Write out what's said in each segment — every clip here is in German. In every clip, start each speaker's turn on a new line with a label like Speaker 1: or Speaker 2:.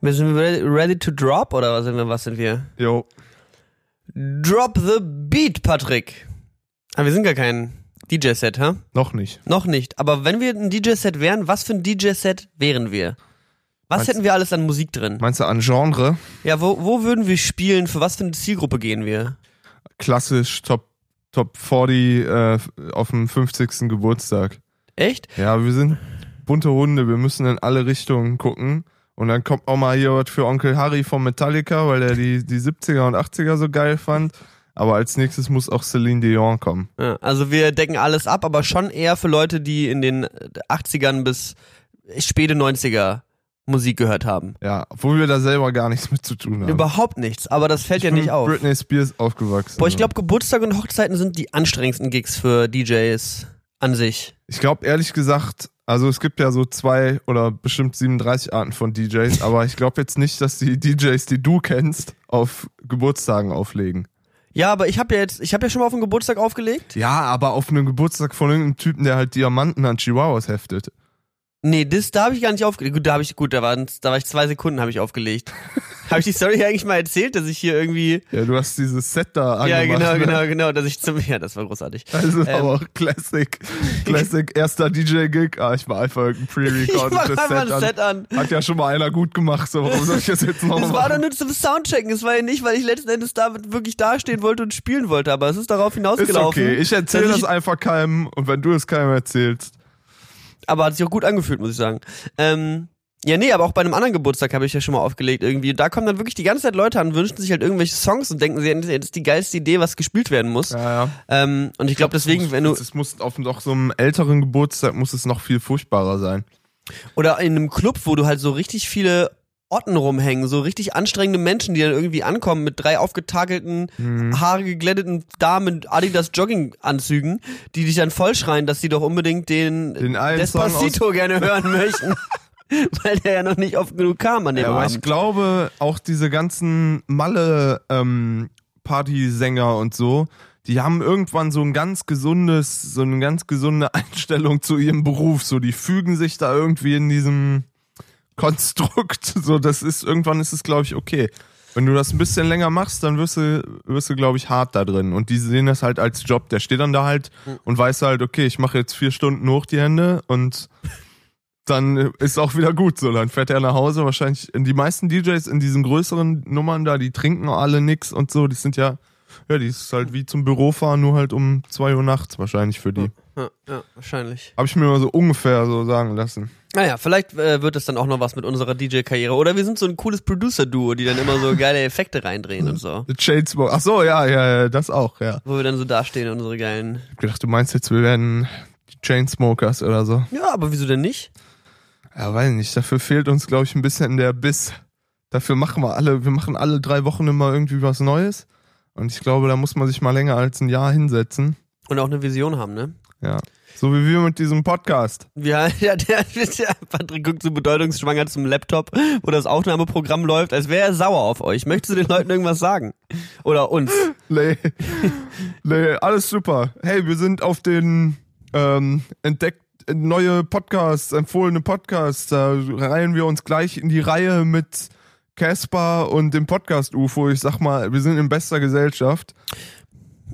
Speaker 1: Wir sind ready, ready to drop oder was sind wir? Was sind wir?
Speaker 2: Jo.
Speaker 1: Drop the beat, Patrick. Aber wir sind gar kein DJ-Set, hä?
Speaker 2: Noch nicht.
Speaker 1: Noch nicht. Aber wenn wir ein DJ-Set wären, was für ein DJ-Set wären wir? Was
Speaker 2: Meinst-
Speaker 1: hätten wir alles an Musik drin?
Speaker 2: Meinst du an Genre?
Speaker 1: Ja, wo, wo würden wir spielen? Für was für eine Zielgruppe gehen wir?
Speaker 2: Klassisch Top, Top 40 äh, auf dem 50. Geburtstag.
Speaker 1: Echt?
Speaker 2: Ja, wir sind bunte Hunde. Wir müssen in alle Richtungen gucken. Und dann kommt auch mal hier was für Onkel Harry von Metallica, weil er die, die 70er und 80er so geil fand. Aber als nächstes muss auch Celine Dion kommen.
Speaker 1: Ja, also wir decken alles ab, aber schon eher für Leute, die in den 80ern bis späte 90er Musik gehört haben.
Speaker 2: Ja, obwohl wir da selber gar nichts mit zu tun haben.
Speaker 1: Überhaupt nichts, aber das fällt
Speaker 2: ich
Speaker 1: ja
Speaker 2: bin
Speaker 1: nicht auf.
Speaker 2: Britney Spears aufgewachsen.
Speaker 1: Boah, ich glaube, Geburtstage und Hochzeiten sind die anstrengendsten Gigs für DJs an sich.
Speaker 2: Ich glaube ehrlich gesagt, also es gibt ja so zwei oder bestimmt 37 Arten von DJs, aber ich glaube jetzt nicht, dass die DJs, die du kennst, auf Geburtstagen auflegen.
Speaker 1: Ja, aber ich habe ja jetzt, ich habe ja schon mal auf den Geburtstag aufgelegt.
Speaker 2: Ja, aber auf einem Geburtstag von irgendeinem Typen, der halt Diamanten an Chihuahuas heftet.
Speaker 1: Nee, das, da habe ich gar nicht aufgelegt. Gut, da habe ich, gut, da waren, da war ich zwei Sekunden, habe ich aufgelegt. habe ich die Story eigentlich mal erzählt, dass ich hier irgendwie,
Speaker 2: Ja, du hast dieses Set da angemacht.
Speaker 1: ja, genau,
Speaker 2: ne?
Speaker 1: genau, genau, dass ich zum, ja, das war großartig.
Speaker 2: Das ist
Speaker 1: Ähm.
Speaker 2: aber auch Classic. Classic, erster DJ-Gig. Ah, ich war einfach irgendein
Speaker 1: Ich mach
Speaker 2: pre-recordedes
Speaker 1: einfach
Speaker 2: Set
Speaker 1: ein
Speaker 2: an.
Speaker 1: Set an.
Speaker 2: Hat ja schon mal einer gut gemacht, so warum soll ich das jetzt noch
Speaker 1: Das war doch
Speaker 2: machen?
Speaker 1: nur zum Soundchecken, es war ja nicht, weil ich letzten Endes damit wirklich dastehen wollte und spielen wollte, aber es ist darauf
Speaker 2: Ist
Speaker 1: hinausgelaufen.
Speaker 2: okay, ich erzähle
Speaker 1: dass
Speaker 2: das
Speaker 1: Also ich-
Speaker 2: einfach keinem und wenn du es keinem erzählst,
Speaker 1: Aber hat sich auch gut angefühlt, muss ich sagen. Ähm, ja, nee, aber auch bei einem anderen Geburtstag habe ich ja schon mal aufgelegt irgendwie. Da kommen dann wirklich die ganze Zeit Leute an, wünschen sich halt irgendwelche Songs und denken, sie hätten das ist die geilste Idee, was gespielt werden muss.
Speaker 2: ja, ja.
Speaker 1: Ähm, und ich glaube deswegen, wenn du,
Speaker 2: Es muss auf noch so einem älteren Geburtstag muss es noch viel furchtbarer sein.
Speaker 1: oder in einem Club, wo du halt so richtig viele Otten rumhängen, so richtig anstrengende Menschen, die dann irgendwie ankommen mit drei aufgetakelten, haare geglätteten Damen in Adidas Jogginganzügen, die dich dann vollschreien, dass sie doch unbedingt den,
Speaker 2: Den einen
Speaker 1: Despacito gerne hören möchten. Weil der ja noch nicht oft genug kam an dem
Speaker 2: Ja, aber ich
Speaker 1: Abend.
Speaker 2: glaube, auch diese ganzen Malle ähm, Partysänger und so, die haben irgendwann so ein ganz gesundes, so eine ganz gesunde Einstellung zu ihrem Beruf. So, die fügen sich da irgendwie in diesem Konstrukt. So, das ist irgendwann ist es, glaube ich, okay. Wenn du das ein bisschen länger machst, dann wirst du, wirst du, glaube ich, hart da drin. Und die sehen das halt als Job. Der steht dann da halt
Speaker 1: Hm.
Speaker 2: und weiß halt, okay, ich mache jetzt vier Stunden hoch die Hände und dann ist auch wieder gut so. Dann fährt er nach Hause wahrscheinlich. Die meisten DJs in diesen größeren Nummern da, die trinken alle nix und so. Die sind ja, ja, die ist halt wie zum Büro fahren, nur halt um 2 Uhr nachts wahrscheinlich für die.
Speaker 1: Ja, ja, wahrscheinlich.
Speaker 2: Habe ich mir mal so ungefähr so sagen lassen.
Speaker 1: Naja, vielleicht äh, wird das dann auch noch was mit unserer DJ-Karriere. Oder wir sind so ein cooles Producer-Duo, die dann immer so geile Effekte reindrehen und so.
Speaker 2: Chainsmoke. Ach so, ja, ja, ja, das auch, ja.
Speaker 1: Wo wir dann so dastehen und unsere geilen.
Speaker 2: Ich dachte, du meinst jetzt, wir werden die Chainsmokers oder so.
Speaker 1: Ja, aber wieso denn nicht?
Speaker 2: Ja, weiß nicht. Dafür fehlt uns, glaube ich, ein bisschen der Biss. Dafür machen wir alle, wir machen alle drei Wochen immer irgendwie was Neues. Und ich glaube, da muss man sich mal länger als ein Jahr hinsetzen.
Speaker 1: Und auch eine Vision haben, ne?
Speaker 2: Ja. So wie wir mit diesem Podcast.
Speaker 1: Ja, ja, der, der Patrick guckt so bedeutungsschwanger zum Laptop, wo das Aufnahmeprogramm läuft, als wäre er sauer auf euch. Möchtest du den Leuten irgendwas sagen? Oder uns?
Speaker 2: Lay, Lay, alles super. Hey, wir sind auf den ähm, entdeckt neue Podcasts, empfohlene Podcasts. Da reihen wir uns gleich in die Reihe mit Caspar und dem Podcast UFO. Ich sag mal, wir sind in bester Gesellschaft.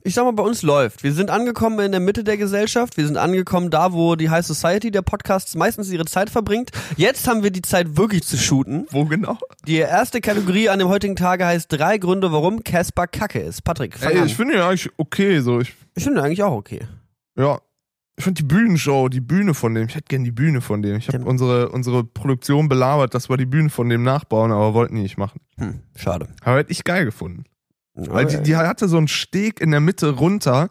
Speaker 1: Ich sag mal, bei uns läuft. Wir sind angekommen in der Mitte der Gesellschaft. Wir sind angekommen da, wo die High Society der Podcasts meistens ihre Zeit verbringt. Jetzt haben wir die Zeit wirklich zu shooten.
Speaker 2: Wo genau?
Speaker 1: Die erste Kategorie an dem heutigen Tage heißt drei Gründe, warum Casper kacke ist. Patrick, fang
Speaker 2: Ey,
Speaker 1: an.
Speaker 2: ich finde ja eigentlich okay. So, ich,
Speaker 1: ich finde eigentlich auch okay.
Speaker 2: ja. Ich finde die Bühnenshow, die Bühne von dem, ich hätte gern die Bühne von dem. Ich habe
Speaker 1: Ja.
Speaker 2: unsere, unsere Produktion belabert, dass wir die Bühne von dem nachbauen, aber wollten die nicht machen.
Speaker 1: Hm, schade.
Speaker 2: Aber hätte ich geil gefunden. Weil die, die hatte so einen Steg in der Mitte runter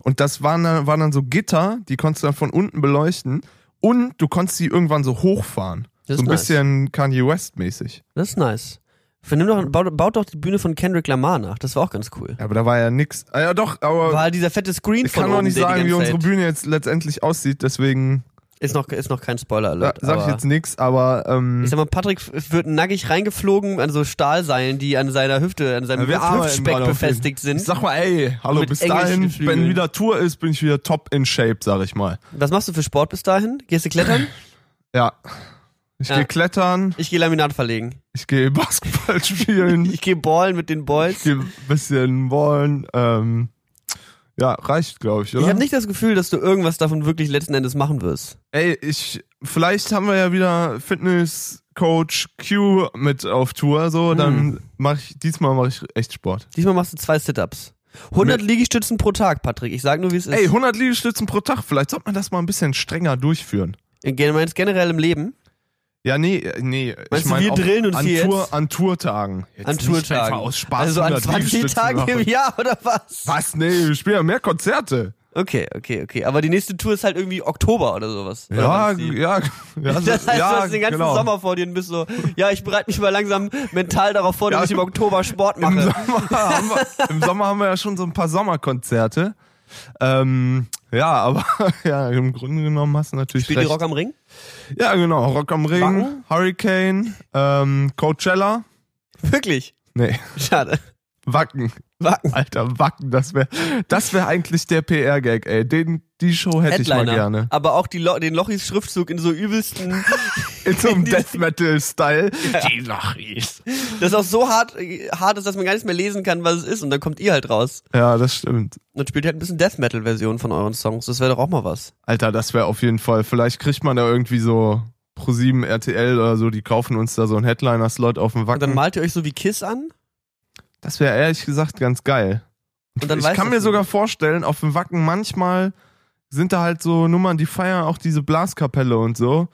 Speaker 2: und das waren dann, waren dann so Gitter, die konntest du dann von unten beleuchten und du konntest sie irgendwann so hochfahren.
Speaker 1: Das ist
Speaker 2: so ein
Speaker 1: nice.
Speaker 2: bisschen Kanye West mäßig.
Speaker 1: Das ist nice. Vernimm doch,
Speaker 2: Mhm.
Speaker 1: baut, baut doch die Bühne von Kendrick Lamar nach. Das war auch ganz cool.
Speaker 2: Ja, aber da war ja nix. Ah, ja, doch, aber
Speaker 1: War halt dieser fette Screen
Speaker 2: ich
Speaker 1: von
Speaker 2: kann auch
Speaker 1: oben,
Speaker 2: nicht
Speaker 1: der die
Speaker 2: sagen, wie
Speaker 1: ganze
Speaker 2: unsere
Speaker 1: Zeit-
Speaker 2: Bühne jetzt letztendlich aussieht, deswegen
Speaker 1: Ist noch, ist noch kein
Speaker 2: ja,
Speaker 1: Spoiler-Alert.
Speaker 2: sag ich
Speaker 1: aber-
Speaker 2: jetzt nichts, aber ähm,
Speaker 1: Ich sag mal, Patrick f- wird nackig reingeflogen an so Stahlseilen, die an seiner Hüfte, an seinem
Speaker 2: wir arbeiten
Speaker 1: Hüftspeck
Speaker 2: gerade auf
Speaker 1: befestigt
Speaker 2: jeden.
Speaker 1: sind.
Speaker 2: Ich sag mal, ey, hallo,
Speaker 1: Mit
Speaker 2: bis
Speaker 1: englischen
Speaker 2: dahin,
Speaker 1: Flügeln.
Speaker 2: wenn wieder Tour ist, bin ich wieder top in shape, sag ich mal.
Speaker 1: Was machst du für Sport bis dahin? Gehst du klettern?
Speaker 2: Ja. Ich
Speaker 1: Ja.
Speaker 2: geh klettern,
Speaker 1: Ich gehe Laminat verlegen.
Speaker 2: Ich gehe Basketball spielen.
Speaker 1: Ich gehe ballen mit den Boys.
Speaker 2: Ich gehe ein bisschen ballen. Ähm, ja, reicht, glaube ich, oder?
Speaker 1: Ich habe nicht das Gefühl, dass du irgendwas davon wirklich letzten Endes machen wirst.
Speaker 2: Ey, ich, vielleicht haben wir ja wieder Fitnesscoach Q mit auf Tour,
Speaker 1: Hm.
Speaker 2: so, dann mache ich, diesmal mache ich echt Sport.
Speaker 1: Diesmal machst du zwei Sit-Ups. 100 Liegestützen pro Tag, Patrick. Ich sag nur, wie es ist.
Speaker 2: Ey, 100 Liegestützen pro Tag, vielleicht sollte man das mal ein bisschen strenger durchführen.
Speaker 1: Du meinst generell im Leben?
Speaker 2: Ja, nee, äh, nee.
Speaker 1: Meinst
Speaker 2: ich
Speaker 1: du,
Speaker 2: mein,
Speaker 1: wir
Speaker 2: auch
Speaker 1: drillen uns
Speaker 2: an,
Speaker 1: hier
Speaker 2: Tour,
Speaker 1: jetzt?
Speaker 2: an Tourtagen. Jetzt
Speaker 1: An
Speaker 2: nicht
Speaker 1: Tourtagen.
Speaker 2: einfach Aus Spaß
Speaker 1: Also an
Speaker 2: 100
Speaker 1: 20
Speaker 2: Liegestützen
Speaker 1: Tagen im
Speaker 2: machen.
Speaker 1: Jahr oder was?
Speaker 2: Was? Nee, wir spielen ja mehr Konzerte.
Speaker 1: Okay, okay, okay. Aber die nächste Tour ist halt irgendwie Oktober oder sowas. Oder wann
Speaker 2: Ja,
Speaker 1: ist die?
Speaker 2: ja, ja. so-
Speaker 1: Das heißt,
Speaker 2: ja,
Speaker 1: du hast den ganzen
Speaker 2: genau.
Speaker 1: Sommer vor dir und bist so, ja, ich bereite mich mal langsam mental darauf vor, dass
Speaker 2: Ja.
Speaker 1: ich im Oktober Sport
Speaker 2: Im
Speaker 1: mache.
Speaker 2: Sommer, haben wir, Im Sommer haben wir ja schon so ein paar Sommerkonzerte. Ähm, ja, aber ja, im Grunde genommen hast du natürlich
Speaker 1: Spielt die
Speaker 2: recht.
Speaker 1: Rock am Ring?
Speaker 2: ja, genau. Rock am Ring,
Speaker 1: Wacken?
Speaker 2: Hurricane, ähm, Coachella.
Speaker 1: Wirklich?
Speaker 2: Nee,
Speaker 1: Schade.
Speaker 2: Wacken.
Speaker 1: Wacken.
Speaker 2: Alter, Wacken, das wäre das wär eigentlich der PR-Gag, ey. Den, die Show hätte ich mal gerne.
Speaker 1: Aber auch die Lo den Lochis Schriftzug in so übelsten,
Speaker 2: In so einem
Speaker 1: Die-
Speaker 2: Death Metal-Style. Die Lachis.
Speaker 1: das auch so hart, äh, hart ist, dass man gar nicht mehr lesen kann, was es ist. Und dann kommt ihr halt raus.
Speaker 2: Ja, das stimmt.
Speaker 1: Und spielt halt ein bisschen Death Metal Version von euren Songs. Das wäre doch auch mal was.
Speaker 2: Alter, das wäre auf jeden Fall. Vielleicht kriegt man da irgendwie so Pro7 RTL oder so, die kaufen uns da so einen Headliner-Slot auf dem
Speaker 1: Und dann
Speaker 2: Wacken.
Speaker 1: malt ihr euch so wie Kiss an.
Speaker 2: Das wäre ehrlich gesagt ganz geil.
Speaker 1: Und dann
Speaker 2: ich
Speaker 1: weiß
Speaker 2: kann
Speaker 1: das
Speaker 2: mir sogar
Speaker 1: niemand.
Speaker 2: vorstellen, auf dem Wacken manchmal sind da halt so Nummern, die feiern auch diese Blaskapelle und so.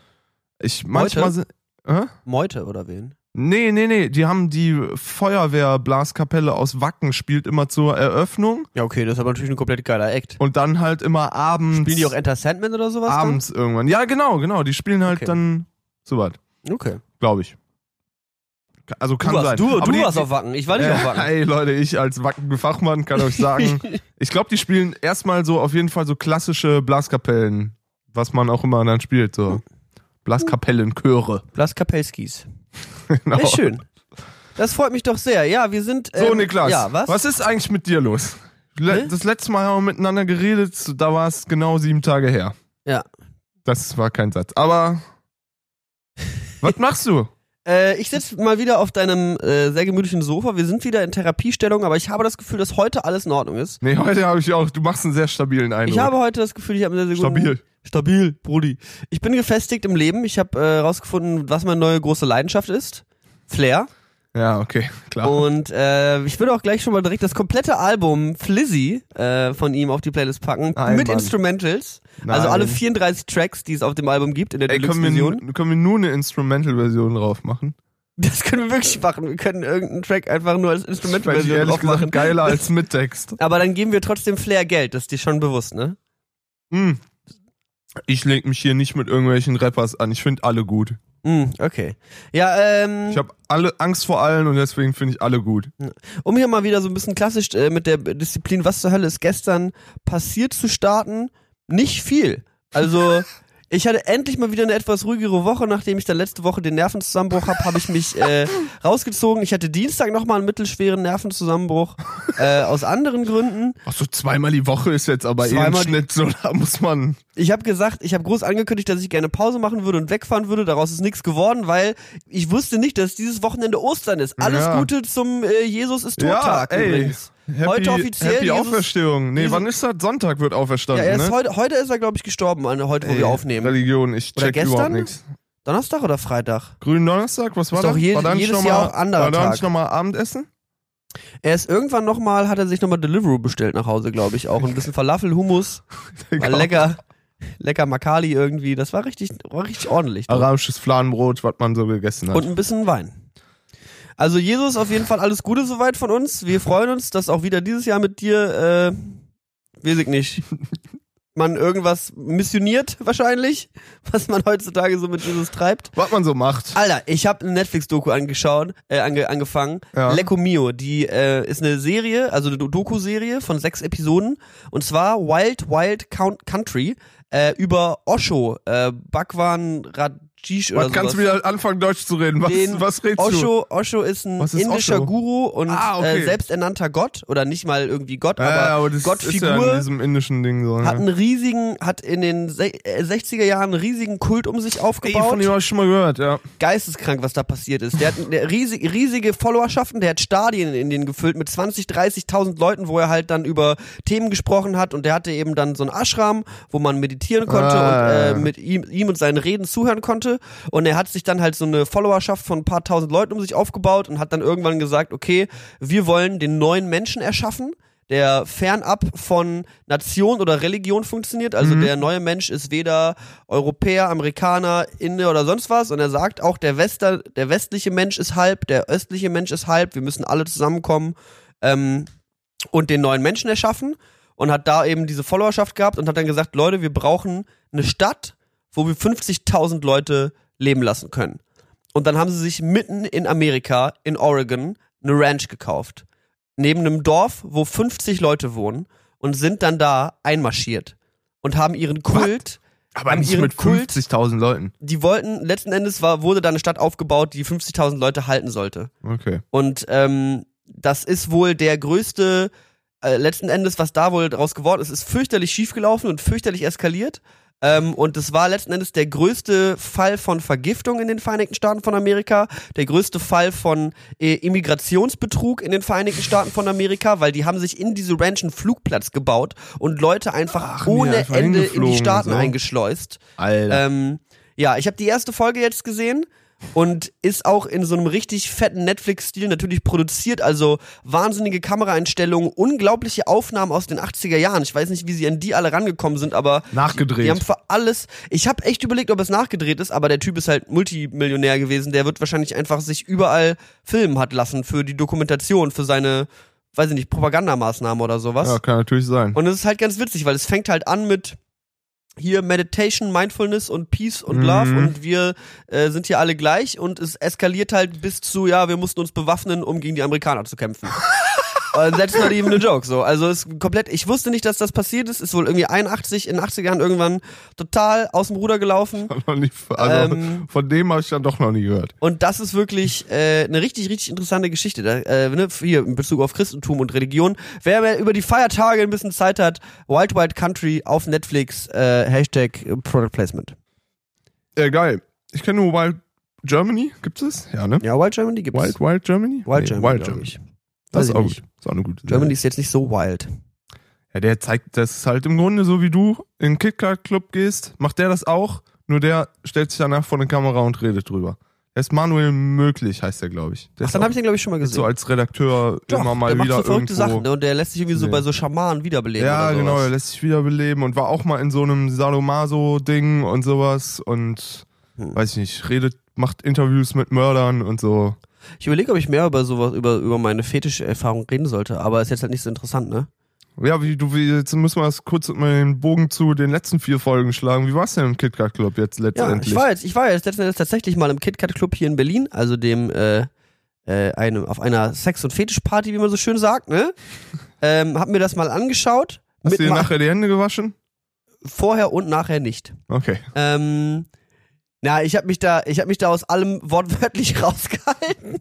Speaker 2: Ich manchmal sind. Hä?
Speaker 1: Meute oder wen?
Speaker 2: Nee, nee, nee. Die haben die Feuerwehr-Blaskapelle aus Wacken, spielt immer zur Eröffnung
Speaker 1: Ja, okay, das ist aber natürlich ein komplett geiler Act.
Speaker 2: und dann halt immer abends.
Speaker 1: Spielen die auch Enter Sandman oder sowas? dann?
Speaker 2: abends irgendwann. Ja, genau, genau. Die spielen halt
Speaker 1: Okay.
Speaker 2: dann sowas,
Speaker 1: Okay.
Speaker 2: glaube ich. Also kann
Speaker 1: du warst,
Speaker 2: sein.
Speaker 1: Du,
Speaker 2: Aber
Speaker 1: du
Speaker 2: die-
Speaker 1: warst auf Wacken. Ich war nicht auf
Speaker 2: Ja,
Speaker 1: Wacken.
Speaker 2: Ey, Leute, ich als Wacken-Fachmann kann euch sagen, ich glaube, die spielen erstmal so auf jeden Fall so klassische Blaskapellen, was man auch immer dann spielt, so Blaskapellenchöre.
Speaker 1: Blas Kapelskis.
Speaker 2: Genau.
Speaker 1: Sehr schön. Das freut mich doch sehr. Ja, wir sind.
Speaker 2: So,
Speaker 1: ähm,
Speaker 2: Niklas,
Speaker 1: Ja, was?
Speaker 2: ist eigentlich mit dir los? Le
Speaker 1: Hä?
Speaker 2: Das letzte Mal haben wir miteinander geredet, da war es genau sieben Tage her.
Speaker 1: Ja.
Speaker 2: Das war kein Satz. Aber was machst du?
Speaker 1: Äh, ich sitze mal wieder auf deinem äh, sehr gemütlichen Sofa. Wir sind wieder in Therapiestellung, aber ich habe das Gefühl, dass heute alles in Ordnung ist.
Speaker 2: Nee, heute habe ich auch, du machst einen sehr stabilen Eindruck.
Speaker 1: Ich habe heute das Gefühl, ich habe einen sehr, sehr guten
Speaker 2: Stabil.
Speaker 1: Stabil, Brudi. Ich bin gefestigt im Leben. Ich habe äh, rausgefunden, was meine neue große Leidenschaft ist. Flair.
Speaker 2: Ja, okay, klar.
Speaker 1: Und äh, ich würde auch gleich schon mal direkt das komplette Album Flizzy äh, von ihm auf die Playlist packen.
Speaker 2: Nein,
Speaker 1: mit
Speaker 2: Mann.
Speaker 1: Instrumentals. Also
Speaker 2: Nein.
Speaker 1: alle 34 Tracks, die es auf dem Album gibt in der
Speaker 2: Ey, können
Speaker 1: Deluxe-Version.
Speaker 2: wir, können wir nur eine Instrumental-Version drauf machen?
Speaker 1: Das können wir wirklich machen. Wir können irgendeinen Track einfach nur als
Speaker 2: Weil die
Speaker 1: Instrumentalversion
Speaker 2: ehrlich
Speaker 1: drauf machen.
Speaker 2: gesagt geiler als mit Text.
Speaker 1: Aber dann geben wir trotzdem Flair Geld, das ist dir schon bewusst, ne?
Speaker 2: Hm. Ich leg mich hier nicht mit irgendwelchen Rappers an. Ich finde alle gut.
Speaker 1: Mm, okay. Ja, ähm,
Speaker 2: Ich habe alle Angst vor allen und deswegen finde ich alle gut.
Speaker 1: um hier mal wieder so ein bisschen klassisch äh, mit der Disziplin, was zur Hölle ist gestern passiert zu starten, nicht viel. Also, ich hatte endlich mal wieder eine etwas ruhigere Woche, nachdem ich dann letzte Woche den Nervenzusammenbruch habe, habe ich mich äh, rausgezogen. Ich hatte Dienstag nochmal einen mittelschweren Nervenzusammenbruch, äh, aus anderen Gründen.
Speaker 2: Ach so, zweimal die Woche ist jetzt aber eh im
Speaker 1: Zweimal die-
Speaker 2: Schnitt so, da muss man.
Speaker 1: Ich habe gesagt, ich habe groß angekündigt, dass ich gerne Pause machen würde und wegfahren würde. Daraus ist nichts geworden, weil ich wusste nicht, dass dieses Wochenende Ostern ist. Alles
Speaker 2: Ja.
Speaker 1: Gute zum äh, Jesus ist Todtag
Speaker 2: ja, ey.
Speaker 1: übrigens. Heute offiziell
Speaker 2: Happy
Speaker 1: Jesus-
Speaker 2: Auferstehung. Nee,
Speaker 1: Jesus-
Speaker 2: wann ist das? Sonntag wird
Speaker 1: Ja,
Speaker 2: auferstanden,
Speaker 1: er ist
Speaker 2: ne?
Speaker 1: heute, heute ist er, glaube ich, gestorben, an- heute, wo
Speaker 2: Ey,
Speaker 1: wir aufnehmen.
Speaker 2: Religion, ich
Speaker 1: Oder
Speaker 2: check überhaupt
Speaker 1: gestern?
Speaker 2: nichts.
Speaker 1: Donnerstag oder Freitag?
Speaker 2: Grünen Donnerstag, was war
Speaker 1: doch
Speaker 2: das?
Speaker 1: je-
Speaker 2: war da nicht
Speaker 1: jedes
Speaker 2: noch
Speaker 1: Jahr
Speaker 2: mal-
Speaker 1: auch anderer
Speaker 2: War da
Speaker 1: Tag.
Speaker 2: nicht nochmal Abendessen?
Speaker 1: Er ist irgendwann nochmal, hat er sich nochmal Deliveroo bestellt nach Hause, glaube ich, auch. Ein bisschen Falafel, Hummus,
Speaker 2: Genau.
Speaker 1: war lecker, lecker Makali irgendwie. Das war richtig, war richtig ordentlich. dort.
Speaker 2: Arabisches Fladenbrot, was man so gegessen hat.
Speaker 1: Und ein bisschen Wein. Also Jesus, auf jeden Fall alles Gute soweit von uns. Wir freuen uns, dass auch wieder dieses Jahr mit dir, äh, weiß ich nicht, man irgendwas missioniert wahrscheinlich, was man heutzutage so mit Jesus treibt.
Speaker 2: was man so macht.
Speaker 1: Alter, ich habe eine Netflix-Doku angeschaut, äh, ange angefangen.
Speaker 2: Ja.
Speaker 1: Lecco Mio, die äh, ist eine Serie, also eine Do- Doku-Serie von sechs Episoden. Und zwar Wild Wild Count Country äh, über Osho, äh, Bhagwan Rad Jish oder
Speaker 2: Was kannst du
Speaker 1: sowas.
Speaker 2: wieder anfangen, Deutsch zu reden? Was,
Speaker 1: Den
Speaker 2: was redest du?
Speaker 1: Osho, Osho ist ein
Speaker 2: Was ist
Speaker 1: indischer
Speaker 2: Osho?
Speaker 1: Guru und
Speaker 2: Ah, okay.
Speaker 1: äh, selbsternannter Gott oder nicht mal irgendwie Gott,
Speaker 2: Ja,
Speaker 1: aber,
Speaker 2: ja, aber das ist
Speaker 1: Gottfigur
Speaker 2: ja in diesem indischen Ding so. ne?
Speaker 1: hat
Speaker 2: Ja.
Speaker 1: einen riesigen, hat in den Se äh, 60er Jahren einen riesigen Kult um sich
Speaker 2: Ey,
Speaker 1: aufgebaut.
Speaker 2: von dem habe ich schon mal gehört, ja.
Speaker 1: geisteskrank, was da passiert ist. Der hat eine riesig, riesige Followerschaften, der hat Stadien in Indien gefüllt mit 20, 30.000 Leuten, wo er halt dann über Themen gesprochen hat und der hatte eben dann so ein Ashram, wo man meditieren konnte
Speaker 2: Ah.
Speaker 1: und äh, mit ihm, ihm und seinen Reden zuhören konnte und er hat sich dann halt so eine Followerschaft von ein paar tausend Leuten um sich aufgebaut und hat dann irgendwann gesagt, okay, wir wollen den neuen Menschen erschaffen der fernab von Nation oder Religion funktioniert. Also der neue Mensch ist weder Europäer, Amerikaner, Inder oder sonst was. Und er sagt auch, der, Wester, der westliche Mensch ist halb, der östliche Mensch ist halb. Wir müssen alle zusammenkommen ähm, und den neuen Menschen erschaffen. Und hat da eben diese Followerschaft gehabt und hat dann gesagt, Leute, wir brauchen eine Stadt, wo wir 50.000 Leute leben lassen können. Und dann haben sie sich mitten in Amerika, in Oregon, eine Ranch gekauft neben einem Dorf, wo 50 Leute wohnen und sind dann da einmarschiert und haben ihren Kult.
Speaker 2: Aber
Speaker 1: Haben
Speaker 2: nicht
Speaker 1: ihren
Speaker 2: mit
Speaker 1: Kult-
Speaker 2: 50.000 Leuten.
Speaker 1: Die wollten, letzten Endes war, wurde da eine Stadt aufgebaut, die 50.000 Leute halten sollte.
Speaker 2: Okay.
Speaker 1: Und ähm, das ist wohl der größte, äh, letzten Endes, was da wohl draus geworden ist, ist fürchterlich schiefgelaufen und fürchterlich eskaliert. Ähm, und das war letzten Endes der größte Fall von Vergiftung in den Vereinigten Staaten von Amerika, der größte Fall von äh, Immigrationsbetrug in den Vereinigten Staaten von Amerika, weil die haben sich in diese Ranch einen Flugplatz gebaut und Leute einfach
Speaker 2: Ach,
Speaker 1: ohne
Speaker 2: nee, einfach
Speaker 1: Ende in
Speaker 2: hingeflogen
Speaker 1: die
Speaker 2: und
Speaker 1: Staaten
Speaker 2: so.
Speaker 1: eingeschleust.
Speaker 2: Alter.
Speaker 1: Ähm, ja, ich habe die erste Folge jetzt gesehen und ist auch in so einem richtig fetten Netflix-Stil natürlich produziert. Also wahnsinnige Kameraeinstellungen, unglaubliche Aufnahmen aus den 80er Jahren. Ich weiß nicht, wie sie an die alle rangekommen sind, aber die haben
Speaker 2: Nachgedreht.
Speaker 1: für alles. Ich habe echt überlegt, ob es nachgedreht ist, aber der Typ ist halt Multimillionär gewesen. Der wird wahrscheinlich einfach sich überall filmen hat lassen für die Dokumentation, für seine, weiß ich nicht, Propagandamaßnahmen oder sowas.
Speaker 2: Ja, kann natürlich sein.
Speaker 1: Und es ist halt ganz witzig, weil es fängt halt an mit hier Meditation, Mindfulness und Peace und Love
Speaker 2: Mhm.
Speaker 1: und wir äh, sind hier alle gleich und es eskaliert halt bis zu, ja, wir mussten uns bewaffnen, um gegen die Amerikaner zu kämpfen. Und That's not even a joke, so. Also es ist komplett, ich wusste nicht, dass das passiert ist, ist wohl irgendwie 81, in den 80er Jahren irgendwann total aus dem Ruder gelaufen.
Speaker 2: Noch nie- also,
Speaker 1: Ähm.
Speaker 2: von dem habe ich dann doch noch nie gehört.
Speaker 1: Und das ist wirklich äh, eine richtig, richtig interessante Geschichte. Da, äh, ne, hier in Bezug auf Christentum und Religion. Wer mehr über die Feiertage ein bisschen Zeit hat, Wild Wild Country auf Netflix, äh, Hashtag äh, Product Placement.
Speaker 2: Ja, geil. Ich kenne nur Wild Germany. Gibt es? Ja, ne?
Speaker 1: Ja, Wild Germany gibt's.
Speaker 2: Wild, Wild Germany?
Speaker 1: Wild
Speaker 2: Nee,
Speaker 1: Germany.
Speaker 2: Wild
Speaker 1: glaub
Speaker 2: Germany.
Speaker 1: ich.
Speaker 2: Das
Speaker 1: Weiß
Speaker 2: ist
Speaker 1: ich
Speaker 2: auch
Speaker 1: nicht.
Speaker 2: gut. Das ist auch eine gute
Speaker 1: Germany
Speaker 2: Serie.
Speaker 1: ist jetzt nicht so wild.
Speaker 2: Ja, der zeigt, das ist halt im Grunde so, wie du in den KitKat Club gehst, macht der das auch, nur der stellt sich danach vor eine Kamera und redet drüber. Er ist Manuel Möglich, heißt der, glaube ich. Der
Speaker 1: Ach,
Speaker 2: ist
Speaker 1: dann
Speaker 2: auch
Speaker 1: habe ich den, glaube ich, schon mal gesehen.
Speaker 2: so als Redakteur
Speaker 1: Doch,
Speaker 2: immer mal
Speaker 1: der macht
Speaker 2: wieder
Speaker 1: so verrückte
Speaker 2: irgendwo.
Speaker 1: Sachen ne? und der lässt sich irgendwie so
Speaker 2: Nee.
Speaker 1: bei so Schamanen wiederbeleben.
Speaker 2: Ja,
Speaker 1: oder
Speaker 2: genau, er
Speaker 1: sowas.
Speaker 2: lässt sich wiederbeleben und war auch mal in so einem Salomaso-Ding und sowas und
Speaker 1: Hm.
Speaker 2: weiß ich nicht, redet, macht Interviews mit Mördern und so.
Speaker 1: Ich überlege, ob ich mehr über sowas, über, über meine fetische Erfahrung reden sollte, aber ist jetzt halt nicht so interessant, ne?
Speaker 2: Ja, wie du, wie, jetzt müssen wir das kurz mal den Bogen zu den letzten vier Folgen schlagen. Wie war's denn im KitKat Club jetzt
Speaker 1: Ja,
Speaker 2: letztendlich?
Speaker 1: ich war jetzt, ich war jetzt letzten Endes tatsächlich mal im KitKat Club hier in Berlin, also dem äh, äh, einem auf einer Sex- und Fetischparty, wie man so schön sagt, ne? ähm, hab mir das mal angeschaut,
Speaker 2: Hast du dir
Speaker 1: Ma-
Speaker 2: nachher die Hände gewaschen?
Speaker 1: vorher und nachher nicht.
Speaker 2: Okay.
Speaker 1: Ähm, na, ich habe mich da, ich habe mich da aus allem wortwörtlich rausgehalten.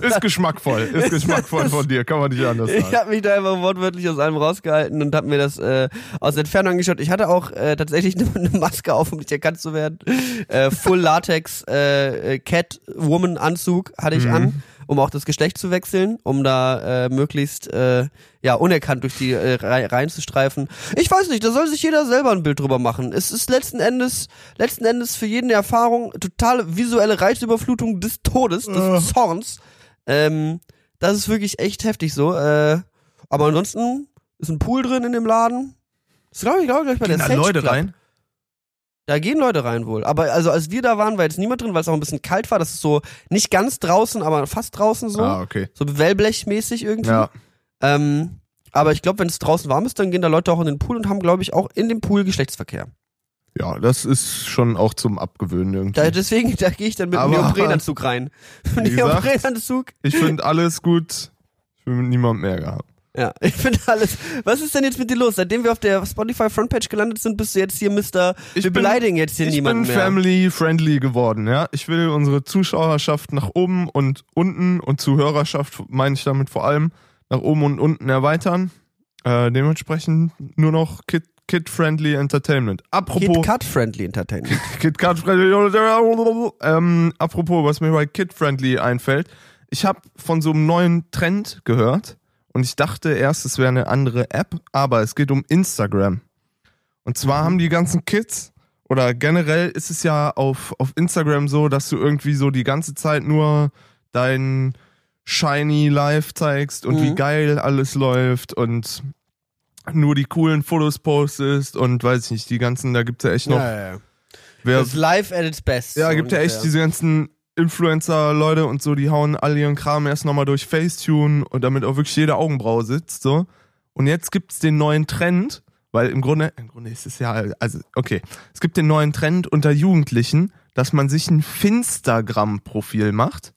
Speaker 2: Ist geschmackvoll. Ist geschmackvoll von dir. Kann man nicht anders
Speaker 1: Ich
Speaker 2: sagen.
Speaker 1: habe mich da einfach wortwörtlich aus allem rausgehalten und habe mir das äh, aus der Entfernung angeschaut. Ich hatte auch äh, tatsächlich eine, eine Maske auf, um nicht erkannt zu werden. Äh, Full Latex äh, äh, Catwoman Anzug hatte ich an, um auch das Geschlecht zu wechseln, um da äh, möglichst äh, ja unerkannt durch die äh, Rei- Reihen zu streifen. Ich weiß nicht, da soll sich jeder selber ein Bild drüber machen. Es ist letzten Endes letzten Endes für jeden eine Erfahrung totale visuelle Reizüberflutung des Todes, des
Speaker 2: Ah.
Speaker 1: Zorns. Ähm, das ist wirklich echt heftig so. Äh, aber ansonsten ist ein Pool drin in dem Laden. Das glaube ich, glaube ich, gleich bei der Sage Club. Da gehen Leute rein wohl. Aber also als wir da waren, war jetzt niemand drin, weil es auch ein bisschen kalt war. Das ist so nicht ganz draußen, aber fast draußen so.
Speaker 2: Ah, okay.
Speaker 1: So wellblechmäßig irgendwie.
Speaker 2: Ja.
Speaker 1: Ähm, aber ich glaube, wenn es draußen warm ist, dann gehen da Leute auch in den Pool und haben, glaube ich, auch in dem Pool Geschlechtsverkehr.
Speaker 2: ja, das ist schon auch zum Abgewöhnen irgendwie.
Speaker 1: Da, deswegen, da gehe ich dann mit einem
Speaker 2: Hm. Aber-
Speaker 1: Neoprenanzug rein.
Speaker 2: Wie gesagt-
Speaker 1: Neoprenanzug.
Speaker 2: Ich finde alles gut. Ich will mit niemandem Ärger haben.
Speaker 1: Ja, ich finde alles. Was ist denn jetzt mit dir los? Seitdem wir auf der Spotify Frontpage gelandet sind, bist du jetzt hier Mr. wir
Speaker 2: Ich bin-
Speaker 1: beleidigen jetzt hier
Speaker 2: Ich
Speaker 1: niemanden
Speaker 2: bin
Speaker 1: mehr.
Speaker 2: family-friendly geworden, ja. Ich will unsere Zuschauerschaft nach oben und unten und Zuhörerschaft meine ich damit vor allem nach oben und unten erweitern. Äh, dementsprechend nur noch Kid- Kid-friendly Entertainment. Apropos
Speaker 1: KitKat-friendly Entertainment.
Speaker 2: KitKat-friendly. Ähm, apropos, was mir bei Kid-friendly einfällt. Ich habe von so einem neuen Trend gehört und ich dachte erst, es wäre eine andere App, aber es geht um Instagram. Und zwar haben die ganzen Kids oder generell ist es ja auf, auf Instagram so, dass du irgendwie so die ganze Zeit nur dein shiny Life zeigst und
Speaker 1: Mhm.
Speaker 2: wie geil alles läuft und nur die coolen Fotos postest und weiß ich nicht, die ganzen, da gibt's ja echt noch
Speaker 1: ja, ja.
Speaker 2: Wer,
Speaker 1: Das Live at its best.
Speaker 2: ja,
Speaker 1: so
Speaker 2: gibt ja echt
Speaker 1: ungefähr.
Speaker 2: diese ganzen Influencer-Leute und so, die hauen all ihren Kram erst nochmal durch Facetune und damit auch wirklich jede Augenbraue sitzt, so. Und jetzt gibt's den neuen Trend, weil im Grunde, im Grunde ist es ja, also, okay. Es gibt den neuen Trend unter Jugendlichen, dass man sich ein Finstagram-Profil macht.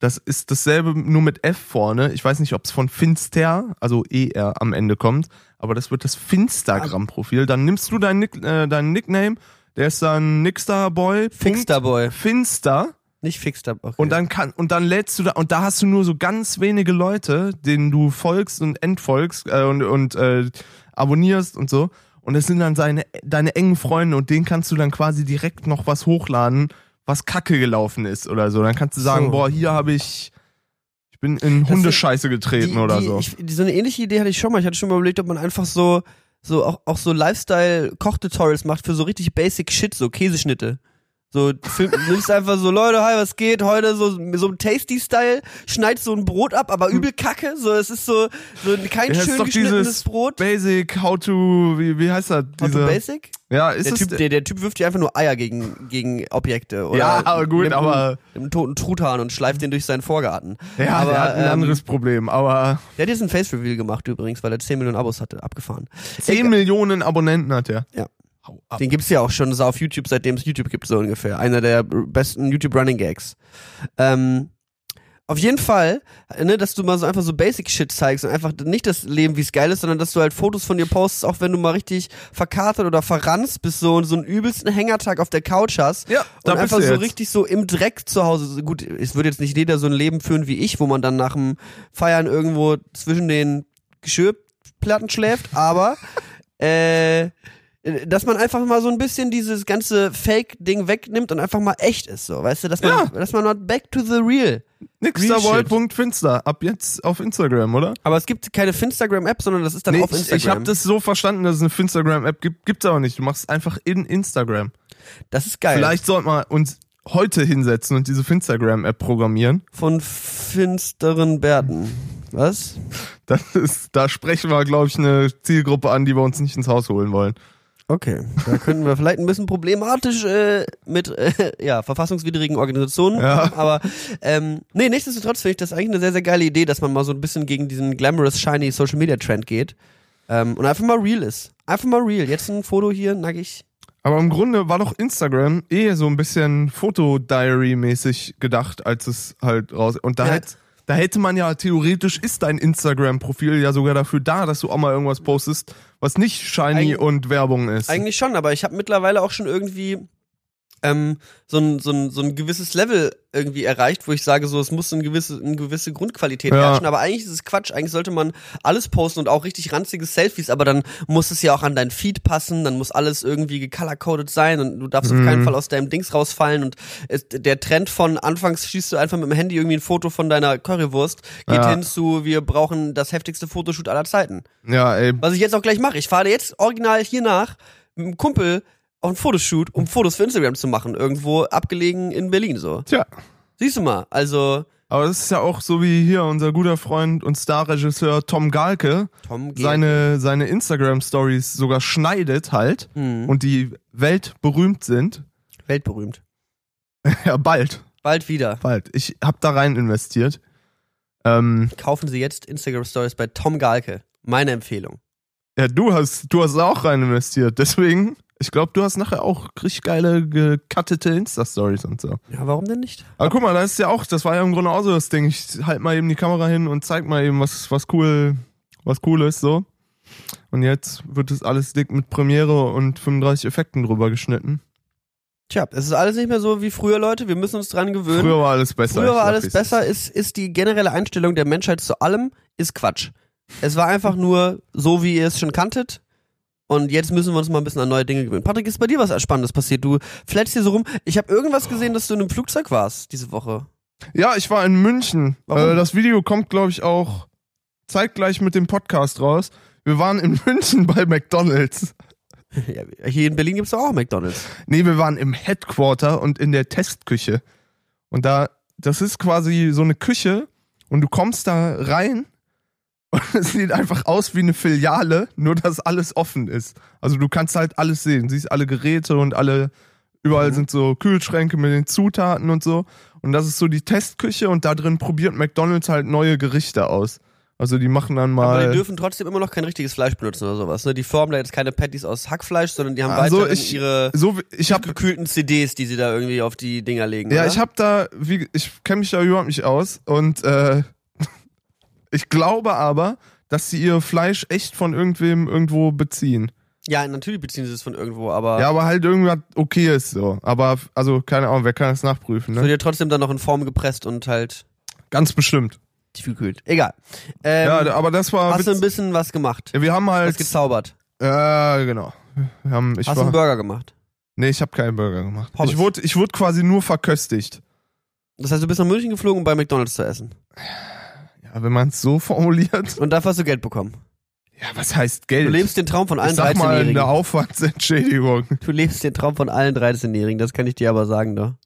Speaker 2: Das ist dasselbe nur mit F vorne. Ich weiß nicht, ob es von Finster, also ER am Ende kommt, aber das wird das Finstagram-Profil. Dann nimmst du deinen Nick, äh, deinen Nickname, der ist dann Nixterboy.
Speaker 1: Fixterboy.
Speaker 2: Finster.
Speaker 1: Nicht Fixterboy. Okay.
Speaker 2: Und dann kann, und dann lädst du da, und da hast du nur so ganz wenige Leute, denen du folgst und entfolgst äh, und, und äh, abonnierst und so. Und das sind dann seine, deine engen Freunde und denen kannst du dann quasi direkt noch was hochladen, was kacke gelaufen ist oder so. Dann kannst du sagen,
Speaker 1: So.
Speaker 2: boah, hier habe ich, ich bin in
Speaker 1: sind-
Speaker 2: Hundescheiße
Speaker 1: Die-
Speaker 2: getreten oder
Speaker 1: die,
Speaker 2: so.
Speaker 1: Ich, die, so eine ähnliche Idee hatte ich schon mal. Ich hatte schon mal überlegt, ob man einfach so, so auch, auch so Lifestyle-Koch-Tutorials macht für so richtig basic Shit, so Käseschnitte. So, film, nimmst einfach so, Leute, hi, was geht? Heute so, so ein Tasty-Style, schneidst so ein Brot ab, aber übel kacke. So, es ist so, so kein
Speaker 2: Hm. Ja, es ist
Speaker 1: schön
Speaker 2: doch
Speaker 1: geschnittenes
Speaker 2: dieses
Speaker 1: Brot.
Speaker 2: Basic, how to, wie, wie heißt das?
Speaker 1: How to
Speaker 2: Diese-
Speaker 1: basic?
Speaker 2: ja, ist
Speaker 1: Der
Speaker 2: es,
Speaker 1: typ, der, der Typ wirft dir einfach nur Eier gegen, gegen Objekte. Oder
Speaker 2: Ja, aber gut,
Speaker 1: nimmt
Speaker 2: aber-
Speaker 1: Einen, einen toten Truthahn und schleift den durch seinen Vorgarten.
Speaker 2: ja,
Speaker 1: aber,
Speaker 2: der hat ein
Speaker 1: ähm,
Speaker 2: anderes Problem, aber
Speaker 1: Der hat jetzt ein Face-Reveal gemacht übrigens, weil er 10 Millionen Abos hatte, abgefahren.
Speaker 2: 10 Millionen Abonnenten hat er.
Speaker 1: Ja.
Speaker 2: Hau ab.
Speaker 1: Den gibt's ja auch schon so auf YouTube, seitdem es YouTube gibt, so ungefähr. Einer der besten YouTube-Running Gags. Ähm, auf jeden Fall, ne, dass du mal so einfach so Basic-Shit zeigst und einfach nicht das Leben, wie es geil ist, sondern dass du halt Fotos von dir postest, auch wenn du mal richtig verkatert oder verranzt bist so und so einen übelsten Hängertag auf der Couch hast.
Speaker 2: Ja, da
Speaker 1: und
Speaker 2: bist
Speaker 1: einfach
Speaker 2: du
Speaker 1: so
Speaker 2: jetzt.
Speaker 1: richtig so im Dreck zu Hause. So Gut, es würde jetzt nicht jeder so ein Leben führen wie ich, wo man dann nach dem Feiern irgendwo zwischen den Geschirrplatten schläft, aber äh, dass man einfach mal so ein bisschen dieses ganze Fake-Ding wegnimmt und einfach mal echt ist, so, weißt du, dass man,
Speaker 2: Ja.
Speaker 1: dass man mal back to the real.
Speaker 2: Nixterboy.finster, halt ab jetzt auf Instagram, oder?
Speaker 1: Aber es gibt keine Finstagram-App, sondern das ist dann auf
Speaker 2: ich ich habe
Speaker 1: Instagram.
Speaker 2: das so verstanden, dass es eine Finstagram-App gibt. Gibt's aber nicht. Du machst es einfach in Instagram.
Speaker 1: Ah, das ist geil.
Speaker 2: Vielleicht sollten wir uns heute hinsetzen und diese Finstagram-App programmieren.
Speaker 1: Von finsteren Bärten. Was?
Speaker 2: Das ist, da sprechen wir, glaube ich, eine Zielgruppe an, die wir uns nicht ins Haus holen wollen.
Speaker 1: Okay, da könnten wir vielleicht ein bisschen problematisch äh, mit äh, ja, verfassungswidrigen Organisationen
Speaker 2: Ja.
Speaker 1: kommen, aber ähm, nee, nichtsdestotrotz finde ich das eigentlich eine sehr, sehr geile Idee, dass man mal so ein bisschen gegen diesen glamorous, shiny Social Media Trend geht ähm, und einfach mal real ist. Einfach mal real. Jetzt ein Foto hier, nackig.
Speaker 2: Aber im Grunde war doch Instagram eh so ein bisschen Fotodiary-mäßig gedacht, als es halt raus. Und da,
Speaker 1: Ja.
Speaker 2: hätt, da hätte man ja theoretisch ist dein Instagram-Profil ja sogar dafür da, dass du auch mal irgendwas postest, was nicht shiny
Speaker 1: Eig-
Speaker 2: und Werbung ist.
Speaker 1: Eigentlich schon, aber ich habe mittlerweile auch schon irgendwie ähm, so, ein, so, ein, so ein gewisses Level irgendwie erreicht, wo ich sage, so es muss eine gewisse, eine gewisse Grundqualität
Speaker 2: Ja.
Speaker 1: herrschen, aber eigentlich ist es Quatsch, eigentlich sollte man alles posten und auch richtig ranzige Selfies, aber dann muss es ja auch an dein Feed passen, dann muss alles irgendwie gecolor-coded sein und du darfst auf keinen
Speaker 2: Mhm.
Speaker 1: Fall aus deinem Dings rausfallen und es, der Trend von anfangs schießt du einfach mit dem Handy irgendwie ein Foto von deiner Currywurst, geht
Speaker 2: Ja.
Speaker 1: hin zu, wir brauchen das heftigste Fotoshoot aller Zeiten.
Speaker 2: Ja, ey.
Speaker 1: Was ich jetzt auch gleich mache. Ich fahre jetzt original hier nach mit einem Kumpel auf einen Fotoshoot, um Fotos für Instagram zu machen. Irgendwo abgelegen in Berlin so.
Speaker 2: Tja.
Speaker 1: Siehst du mal, also
Speaker 2: Aber das ist ja auch so wie hier unser guter Freund und Starregisseur Tom Galke
Speaker 1: Tom geht.
Speaker 2: seine, seine Instagram-Stories sogar schneidet halt
Speaker 1: Mhm.
Speaker 2: und die weltberühmt sind.
Speaker 1: weltberühmt.
Speaker 2: ja, bald,
Speaker 1: Bald wieder.
Speaker 2: bald. Ich hab da rein investiert. Ähm,
Speaker 1: Kaufen Sie jetzt Instagram Stories bei Tom Galke. Meine Empfehlung.
Speaker 2: Ja, du hast, du hast auch rein investiert. Deswegen, ich glaube, du hast nachher auch richtig geile gecuttete Insta-Stories und so.
Speaker 1: Ja, warum denn nicht?
Speaker 2: Aber guck mal, da ist ja auch, das war ja im Grunde auch so das Ding. Ich halt mal eben die Kamera hin und zeig mal eben, was, was cool was Cooles so. Und jetzt wird das alles dick mit Premiere und 35 Effekten drüber geschnitten.
Speaker 1: Tja, es ist alles nicht mehr so wie früher, Leute. Wir müssen uns dran gewöhnen.
Speaker 2: Früher war alles besser.
Speaker 1: Früher
Speaker 2: ich
Speaker 1: war
Speaker 2: sag,
Speaker 1: alles
Speaker 2: wie's
Speaker 1: besser, ist, ist die generelle Einstellung der Menschheit zu allem, ist Quatsch. Es war einfach nur so, wie ihr es schon kanntet. Und jetzt müssen wir uns mal ein bisschen an neue Dinge gewöhnen. Patrick, ist bei dir was Spannendes passiert? Du flätst hier so rum. Ich habe irgendwas gesehen, dass du in einem Flugzeug warst diese Woche.
Speaker 2: Ja, ich war in München.
Speaker 1: Warum?
Speaker 2: Äh, das Video kommt, glaube ich, auch zeitgleich mit dem Podcast raus. Wir waren in München bei McDonalds.
Speaker 1: Ja, hier in Berlin gibt's doch auch McDonalds.
Speaker 2: Nee, wir waren im Headquarter und in der Testküche. Und da, das ist quasi so eine Küche und du kommst da rein und es sieht einfach aus wie eine Filiale, nur dass alles offen ist. Also du kannst halt alles sehen, siehst alle Geräte und alle, überall
Speaker 1: Mhm.
Speaker 2: sind so Kühlschränke mit den Zutaten und so. Und das ist so die Testküche und da drin probiert McDonalds halt neue Gerichte aus. Also die machen dann
Speaker 1: Aber die
Speaker 2: mal.
Speaker 1: dürfen trotzdem immer noch kein richtiges Fleisch benutzen oder sowas. Ne? Die formen da jetzt keine Patties aus Hackfleisch, sondern die haben
Speaker 2: Also
Speaker 1: weiterhin
Speaker 2: ich-
Speaker 1: ihre
Speaker 2: So, wie- ich habe
Speaker 1: gekühlten CDs, die sie da irgendwie auf die Dinger legen.
Speaker 2: Ja,
Speaker 1: oder?
Speaker 2: ich habe da, wie, ich kenne mich da überhaupt nicht aus und äh, ich glaube aber, dass sie ihr Fleisch echt von irgendwem irgendwo beziehen.
Speaker 1: ja, natürlich beziehen sie es von irgendwo, aber
Speaker 2: Ja, aber halt irgendwas okay ist so. Aber, also, keine Ahnung, wer kann das nachprüfen,
Speaker 1: es
Speaker 2: ne?
Speaker 1: wird ja trotzdem dann noch in Form gepresst und halt
Speaker 2: Ganz bestimmt.
Speaker 1: Tief gekühlt. Egal. Ähm,
Speaker 2: ja, aber das war.
Speaker 1: hast du
Speaker 2: Witz.
Speaker 1: ein bisschen was gemacht?
Speaker 2: Ja, wir haben
Speaker 1: Was
Speaker 2: halt.
Speaker 1: gezaubert?
Speaker 2: Ja, genau. Wir haben, ich
Speaker 1: hast du einen
Speaker 2: war,
Speaker 1: Burger gemacht?
Speaker 2: nee, ich habe keinen Burger gemacht.
Speaker 1: Pommes.
Speaker 2: Ich wurde, ich wurde quasi nur verköstigt.
Speaker 1: Das heißt, du bist nach München geflogen, um bei McDonalds zu essen.
Speaker 2: Ja, wenn man es so formuliert.
Speaker 1: Und dafür hast du Geld bekommen.
Speaker 2: Ja, was heißt Geld?
Speaker 1: Du lebst den Traum von
Speaker 2: ich
Speaker 1: allen
Speaker 2: sag mal eine
Speaker 1: 13-Jährigen.
Speaker 2: Aufwandsentschädigung.
Speaker 1: Du lebst den Traum von allen 13-Jährigen, das kann ich dir aber sagen, da.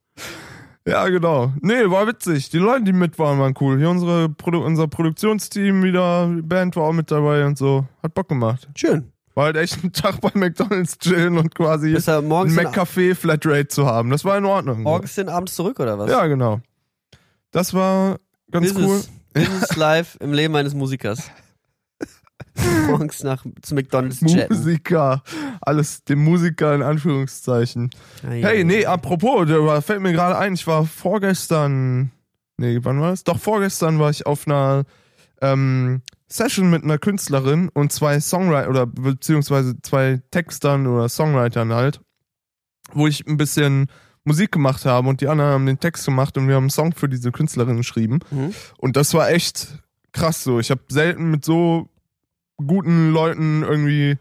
Speaker 2: Ja, genau. Nee, war witzig. Die Leute, die mit waren, waren cool. Hier unsere Produ unser Produktionsteam wieder, die Band war auch mit dabei und so. Hat Bock gemacht.
Speaker 1: Schön.
Speaker 2: War halt echt ein Tag bei McDonalds chillen und quasi
Speaker 1: Bist du
Speaker 2: ein
Speaker 1: morgens den,
Speaker 2: McCafé Flatrate zu haben. Das war in Ordnung.
Speaker 1: morgens den Abends zurück oder was?
Speaker 2: Ja, genau. Das war ganz cool.
Speaker 1: Business. Business Life im Leben eines Musikers. morgens nach zu McDonalds chatten.
Speaker 2: Musiker. Alles dem Musiker in Anführungszeichen. Hey, nee, apropos, da fällt mir gerade ein, ich war vorgestern, nee, wann war das? Doch, vorgestern war ich auf einer ähm, Session mit einer Künstlerin und zwei Songwriter oder beziehungsweise zwei Textern oder Songwritern halt, wo ich ein bisschen Musik gemacht habe und die anderen haben den Text gemacht und wir haben einen Song für diese Künstlerin geschrieben.
Speaker 1: Mhm.
Speaker 2: Und das war echt krass so. Ich habe selten mit so guten Leuten irgendwie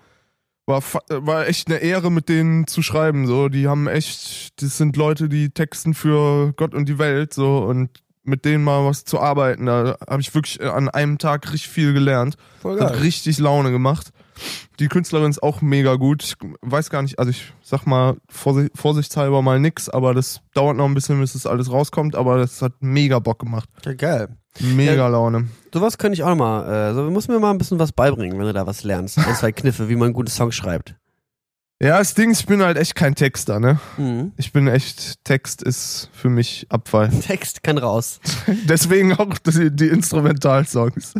Speaker 2: war, fa- war echt eine Ehre, mit denen zu schreiben. So, die haben echt, das sind Leute, die texten für Gott und die Welt, so und mit denen mal was zu arbeiten. Da habe ich wirklich äh, an einem Tag richtig viel gelernt.
Speaker 1: Voll
Speaker 2: Hat richtig Laune gemacht. Die Künstlerin ist auch mega gut. Ich weiß gar nicht, also ich sag mal vorsi- vorsichtshalber mal nix, aber das dauert noch ein bisschen, bis das alles rauskommt, aber das hat mega Bock gemacht.
Speaker 1: Ja, geil.
Speaker 2: Mega Laune.
Speaker 1: Sowas könnte ich auch noch mal. Äh, so, du musst mir mal ein bisschen was beibringen, wenn du da was lernst. Ein, zwei Kniffe, wie man einen guten Song schreibt.
Speaker 2: Ja, das Ding ist, ich bin halt echt kein Texter, ne?
Speaker 1: Mhm.
Speaker 2: Ich bin echt, Text ist für mich Abfall.
Speaker 1: Text kann raus.
Speaker 2: Deswegen auch die, die Instrumentalsongs.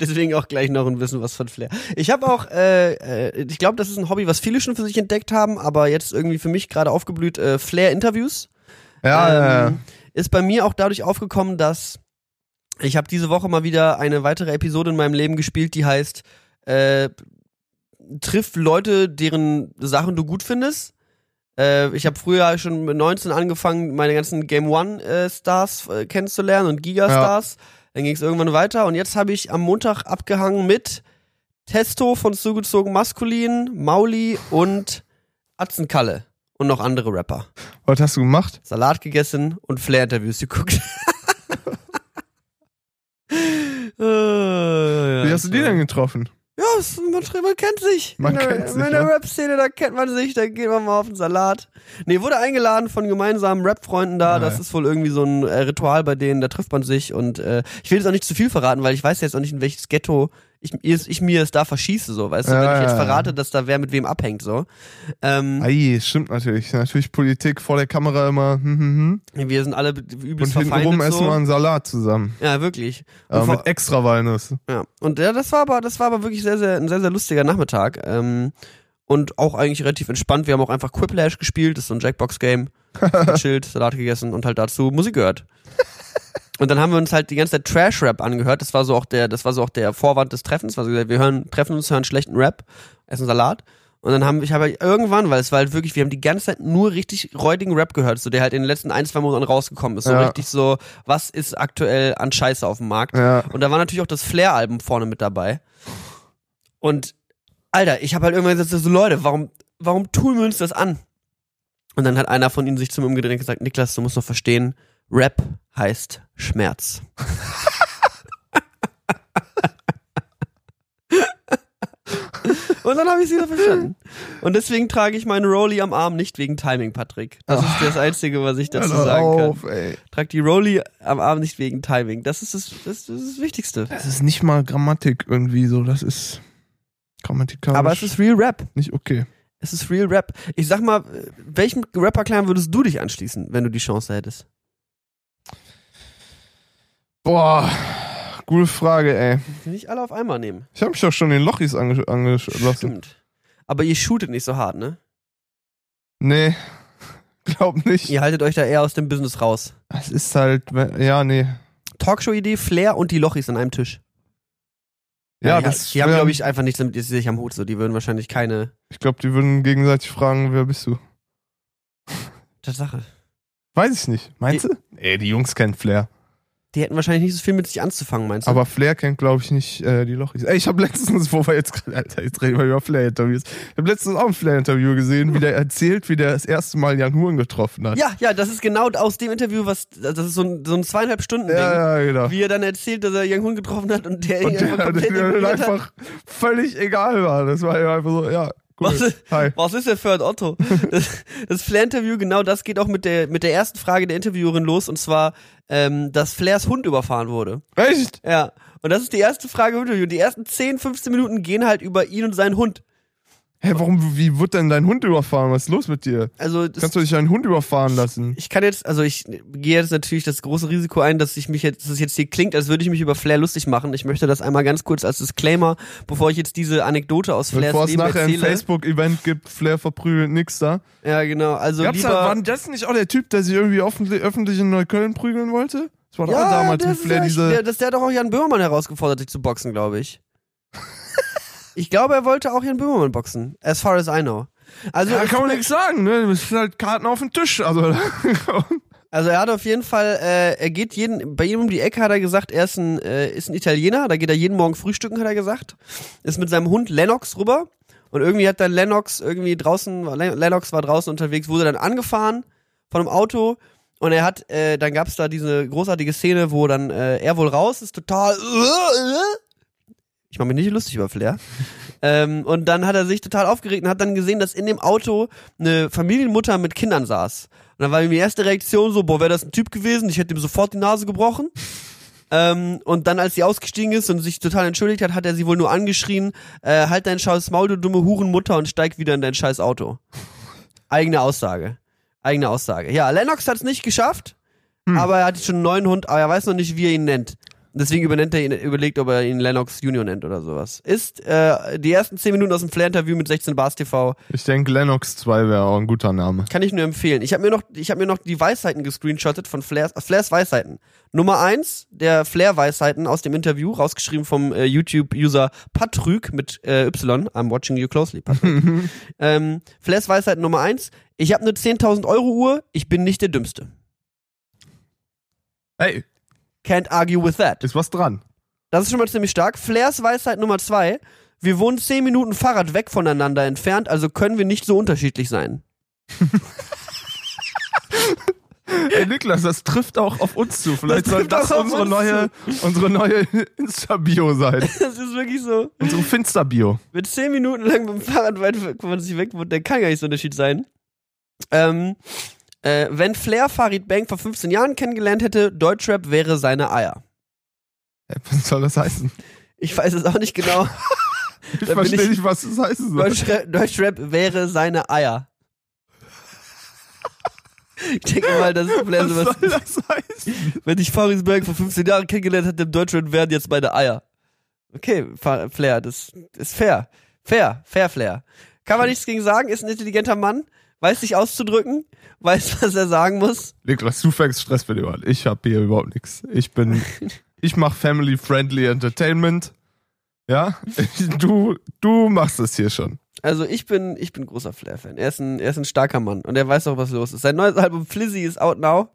Speaker 1: Deswegen auch gleich noch ein bisschen was von Flair. Ich habe auch, äh, äh, ich glaube, das ist ein Hobby, was viele schon für sich entdeckt haben, aber jetzt irgendwie für mich gerade aufgeblüht, äh, Flair-Interviews.
Speaker 2: Ja, ja, ja.
Speaker 1: ähm, ist bei mir auch dadurch aufgekommen, dass ich habe diese Woche mal wieder eine weitere Episode in meinem Leben gespielt, die heißt äh, Triff Leute, deren Sachen du gut findest. Äh, ich habe früher schon mit 19 angefangen, meine ganzen Game One äh, Stars äh, kennenzulernen und Gigastars. Dann ging es irgendwann weiter und jetzt habe ich am Montag abgehangen mit Testo von zugezogen Maskulin, Mauli und Atzenkalle und noch andere Rapper.
Speaker 2: Was hast du gemacht?
Speaker 1: Salat gegessen und Flair-Interviews geguckt. Äh,
Speaker 2: Wie
Speaker 1: ja,
Speaker 2: hast du die denn getroffen?
Speaker 1: Ja, es- man, tr- man kennt sich.
Speaker 2: Man
Speaker 1: in der,
Speaker 2: kennt sich,
Speaker 1: In der
Speaker 2: ja.
Speaker 1: Rap-Szene, da kennt man sich, da geht man mal auf den Salat. Nee, wurde eingeladen von gemeinsamen Rap-Freunden da.
Speaker 2: Ah,
Speaker 1: das
Speaker 2: ja.
Speaker 1: ist wohl irgendwie so ein äh, Ritual bei denen, da trifft man sich. Und äh, ich will jetzt auch nicht zu viel verraten, weil ich weiß jetzt auch nicht, in welches Ghetto ich, ich, ich mir es da verschieße. So, weißt du,
Speaker 2: Ja,
Speaker 1: wenn ich
Speaker 2: ja,
Speaker 1: jetzt
Speaker 2: ja.
Speaker 1: verrate, dass da wer mit wem abhängt. so. Ähm,
Speaker 2: Ei, stimmt natürlich. Natürlich Politik vor der Kamera immer. Hm, hm, hm.
Speaker 1: wir sind alle be-
Speaker 2: Und
Speaker 1: übelst
Speaker 2: hintenrum
Speaker 1: verfeindet.
Speaker 2: essen
Speaker 1: So.
Speaker 2: wir einen Salat zusammen.
Speaker 1: Ja, wirklich. Und
Speaker 2: Aber
Speaker 1: vor-
Speaker 2: mit extra Walnuss.
Speaker 1: Ja, und ja, das war aber, das war aber wirklich sehr, sehr, ein sehr, sehr lustiger Nachmittag. Ähm, und auch eigentlich relativ entspannt. Wir haben auch einfach Quiplash gespielt, das ist so ein Jackbox-Game. Gechillt, Salat gegessen und halt dazu Musik gehört. Und dann haben wir uns halt die ganze Zeit Trash-Rap angehört. Das war so auch der, das war so auch der Vorwand des Treffens. Also wir hören, treffen uns, hören schlechten Rap, essen Salat. Und dann haben ich habe irgendwann, weil es war halt wirklich, wir haben die ganze Zeit nur richtig räudigen Rap gehört, so der halt in den letzten ein, zwei Monaten rausgekommen ist. So
Speaker 2: Ja.
Speaker 1: richtig so, was ist aktuell an Scheiße auf dem Markt?
Speaker 2: Ja.
Speaker 1: Und da war natürlich auch das Flair-Album vorne mit dabei. Und Alter, ich habe halt irgendwann gesagt, so Leute, warum, warum tun wir uns das an? Und dann hat einer von ihnen sich zu mir umgedreht und gesagt, Niklas, du musst noch verstehen, Rap heißt Schmerz. und dann habe ich sie wieder verstanden. Und deswegen trage ich meinen Rolli am Arm nicht wegen Timing, Patrick. Das ist das Einzige, was ich dazu
Speaker 2: Hör doch
Speaker 1: sagen kann.
Speaker 2: auf, ey.
Speaker 1: Trag die Rolli am Arm nicht wegen Timing. Das ist das, das, das, ist das Wichtigste.
Speaker 2: Das ist nicht mal Grammatik irgendwie so, das ist grammatikalisch
Speaker 1: Aber es ist Real Rap.
Speaker 2: nicht okay.
Speaker 1: Es ist Real Rap. Ich sag mal, äh, welchem Rapper-Clan würdest du dich anschließen, wenn du die Chance hättest?
Speaker 2: Boah, gute Frage, ey.
Speaker 1: Kann ich alle auf einmal nehmen.
Speaker 2: Ich habe mich doch schon den Lochis ange- angeschlossen.
Speaker 1: Stimmt. Aber ihr shootet nicht so hart, ne?
Speaker 2: Nee, glaub nicht.
Speaker 1: Ihr haltet euch da eher aus dem Business raus.
Speaker 2: Es ist halt, we- ja, nee.
Speaker 1: Talkshow-Idee, Flair und die Lochis an einem Tisch.
Speaker 2: Ja,
Speaker 1: Naja,
Speaker 2: das
Speaker 1: Die haben,
Speaker 2: wär-
Speaker 1: glaube ich, einfach nichts damit die sich am Hut. So, die würden wahrscheinlich keine
Speaker 2: Ich glaube, die würden gegenseitig fragen, wer bist du?
Speaker 1: Tatsache.
Speaker 2: Weiß ich nicht. Meinst du? Ey, die Jungs kennen Flair.
Speaker 1: Die hätten wahrscheinlich nicht so viel mit sich anzufangen, meinst du?
Speaker 2: Aber Flair kennt, glaube ich, nicht äh, die Lochis. Ey, ich habe letztens, wo wir jetzt gerade, Alter, jetzt reden wir über Flair-Interviews. Ich habe letztens auch ein Flair-Interview gesehen, wie der erzählt, wie der das erste Mal Jan Huren getroffen hat.
Speaker 1: ja, ja, das ist genau aus dem Interview, was. Das ist so ein, so ein zweieinhalb Stunden Ding.
Speaker 2: ja, ja genau.
Speaker 1: wie er dann erzählt, dass er Young Hun getroffen hat und der ihn
Speaker 2: Und der,
Speaker 1: einfach
Speaker 2: der,
Speaker 1: komplett
Speaker 2: der
Speaker 1: ignoriert hat.
Speaker 2: einfach völlig egal war. Das war ja einfach so, ja, cool.
Speaker 1: Was?
Speaker 2: Hi.
Speaker 1: Was ist der für ein Otto? Das, das Flair-Interview, genau das geht auch mit der, mit der ersten Frage der Interviewerin los und zwar, ähm, dass Flairs Hund überfahren wurde.
Speaker 2: Echt?
Speaker 1: Ja. Und das ist die erste Frage im Interview. Die ersten 10, 15 Minuten gehen halt über ihn und seinen Hund.
Speaker 2: Hä, warum, wie wird denn dein Hund überfahren? Was ist los mit dir?
Speaker 1: Also, das,
Speaker 2: Kannst du dich einen Hund überfahren lassen?
Speaker 1: ich kann jetzt, also ich gehe jetzt natürlich das große Risiko ein, dass ich mich jetzt, dass es jetzt hier klingt, als würde ich mich über Flair lustig machen. Ich möchte das einmal ganz kurz als Disclaimer, bevor ich jetzt diese Anekdote aus Flairs
Speaker 2: Bevor es
Speaker 1: Leben
Speaker 2: nachher ein
Speaker 1: erzähle.
Speaker 2: Facebook-Event gibt, Flair verprügelt nix da.
Speaker 1: ja, genau. Also
Speaker 2: Gab's
Speaker 1: lieber,
Speaker 2: da, war das nicht auch der Typ, der sich irgendwie offen, öffentlich in Neukölln prügeln wollte? Das war doch auch damals mit
Speaker 1: das
Speaker 2: Flair
Speaker 1: ist ja,
Speaker 2: diese...
Speaker 1: der, das, der hat doch auch Jan Böhmermann herausgefordert, sich zu boxen, glaube ich. ich glaube, er wollte auch Jan Böhmermann boxen. As far as I know. Also,
Speaker 2: da kann man nichts sagen, ne? Das sind halt Karten auf den Tisch. Also,
Speaker 1: also er hat auf jeden Fall, äh, er geht jeden, bei jedem um die Ecke hat er gesagt, er ist ein, äh, ist ein Italiener, da geht er jeden Morgen frühstücken, hat er gesagt. Ist mit seinem Hund Lennox rüber. Und irgendwie hat dann Lennox irgendwie draußen, Len- Lennox war draußen unterwegs, wurde dann angefahren von einem Auto und er hat, äh, dann gab es da diese großartige Szene, wo dann äh, er wohl raus ist, total. Ich mache mich nicht lustig über Flair. ähm, und dann hat er sich total aufgeregt und hat dann gesehen, dass in dem Auto eine Familienmutter mit Kindern saß. Und dann war ihm die erste Reaktion so, boah, wäre das ein Typ gewesen, ich hätte ihm sofort die Nase gebrochen. Ähm, und dann, als sie ausgestiegen ist und sich total entschuldigt hat, hat er sie wohl nur angeschrien, äh, halt dein scheiß Maul, du dumme Hurenmutter und steig wieder in dein scheiß Auto. Eigene Aussage. Eigene Aussage. Ja, Lennox hat es nicht geschafft, aber er hat schon einen neuen Hund, aber er weiß noch nicht, wie er ihn nennt. Deswegen übernennt er ihn, überlegt, ob er ihn Lennox Junior nennt oder sowas. Ist äh, die ersten 10 Minuten aus dem Flair-Interview mit 16 Bars TV
Speaker 2: ich denke, Lennox 2 wäre auch ein guter Name.
Speaker 1: kann ich nur empfehlen. Ich habe mir noch, ich habe mir noch die Weisheiten gescreenshottet von Flairs, äh, Flairs Weisheiten. Nummer eins der Flair-Weisheiten aus dem Interview, rausgeschrieben vom äh, YouTube-User Patrück mit äh, Y. I'm watching you closely, Patrick. ähm, Flairs Weisheiten Nummer eins Ich habe eine 10.000 Euro Uhr, ich bin nicht der Dümmste.
Speaker 2: Hey,
Speaker 1: Can't argue with that.
Speaker 2: ist was dran.
Speaker 1: Das ist schon mal ziemlich stark. Flairs Weisheit Nummer zwei Wir wohnen 10 Minuten Fahrrad weg voneinander entfernt, also können wir nicht so unterschiedlich sein.
Speaker 2: Ey, Niklas, das trifft auch auf uns zu. Vielleicht
Speaker 1: Das
Speaker 2: soll
Speaker 1: trifft
Speaker 2: das
Speaker 1: auch auf
Speaker 2: unsere
Speaker 1: uns
Speaker 2: neue, unsere neue Insta-Bio sein.
Speaker 1: Das ist wirklich so.
Speaker 2: Unsere Finster-Bio.
Speaker 1: Wird zehn Minuten lang mit dem Fahrrad weit von sich weg, der kann gar nicht so ein Unterschied sein. Ähm, äh, wenn Flair Farid Bang vor 15 Jahren kennengelernt hätte, Deutschrap wäre seine Eier.
Speaker 2: Ey, Was soll das heißen?
Speaker 1: Ich weiß es auch nicht genau.
Speaker 2: Ich
Speaker 1: bin
Speaker 2: verstehe
Speaker 1: ich-
Speaker 2: nicht, was das heißen soll.
Speaker 1: Deutschrap, Deutschrap wäre seine Eier. Ich denke mal, das ist Flair
Speaker 2: Was
Speaker 1: sowas.
Speaker 2: soll das heißen?
Speaker 1: Wenn ich Farid Bang vor 15 Jahren kennengelernt hätte, im Deutschrap wären jetzt meine Eier. Okay, Fa- Flair, das ist fair. Fair, fair Flair. Kann man nichts gegen sagen, ist ein intelligenter Mann, weiß sich auszudrücken, weiß, was er sagen muss.
Speaker 2: Niklas, du fängst Stress mit dir an. Ich hab hier überhaupt nichts. Ich bin, ich mach family-friendly Entertainment. Ja, du, du machst es hier schon.
Speaker 1: Also ich bin, ich bin großer Flair-Fan. Er, ist ein- er ist ein starker Mann und er weiß auch, was los ist. Sein neues Album Flizzy ist out now.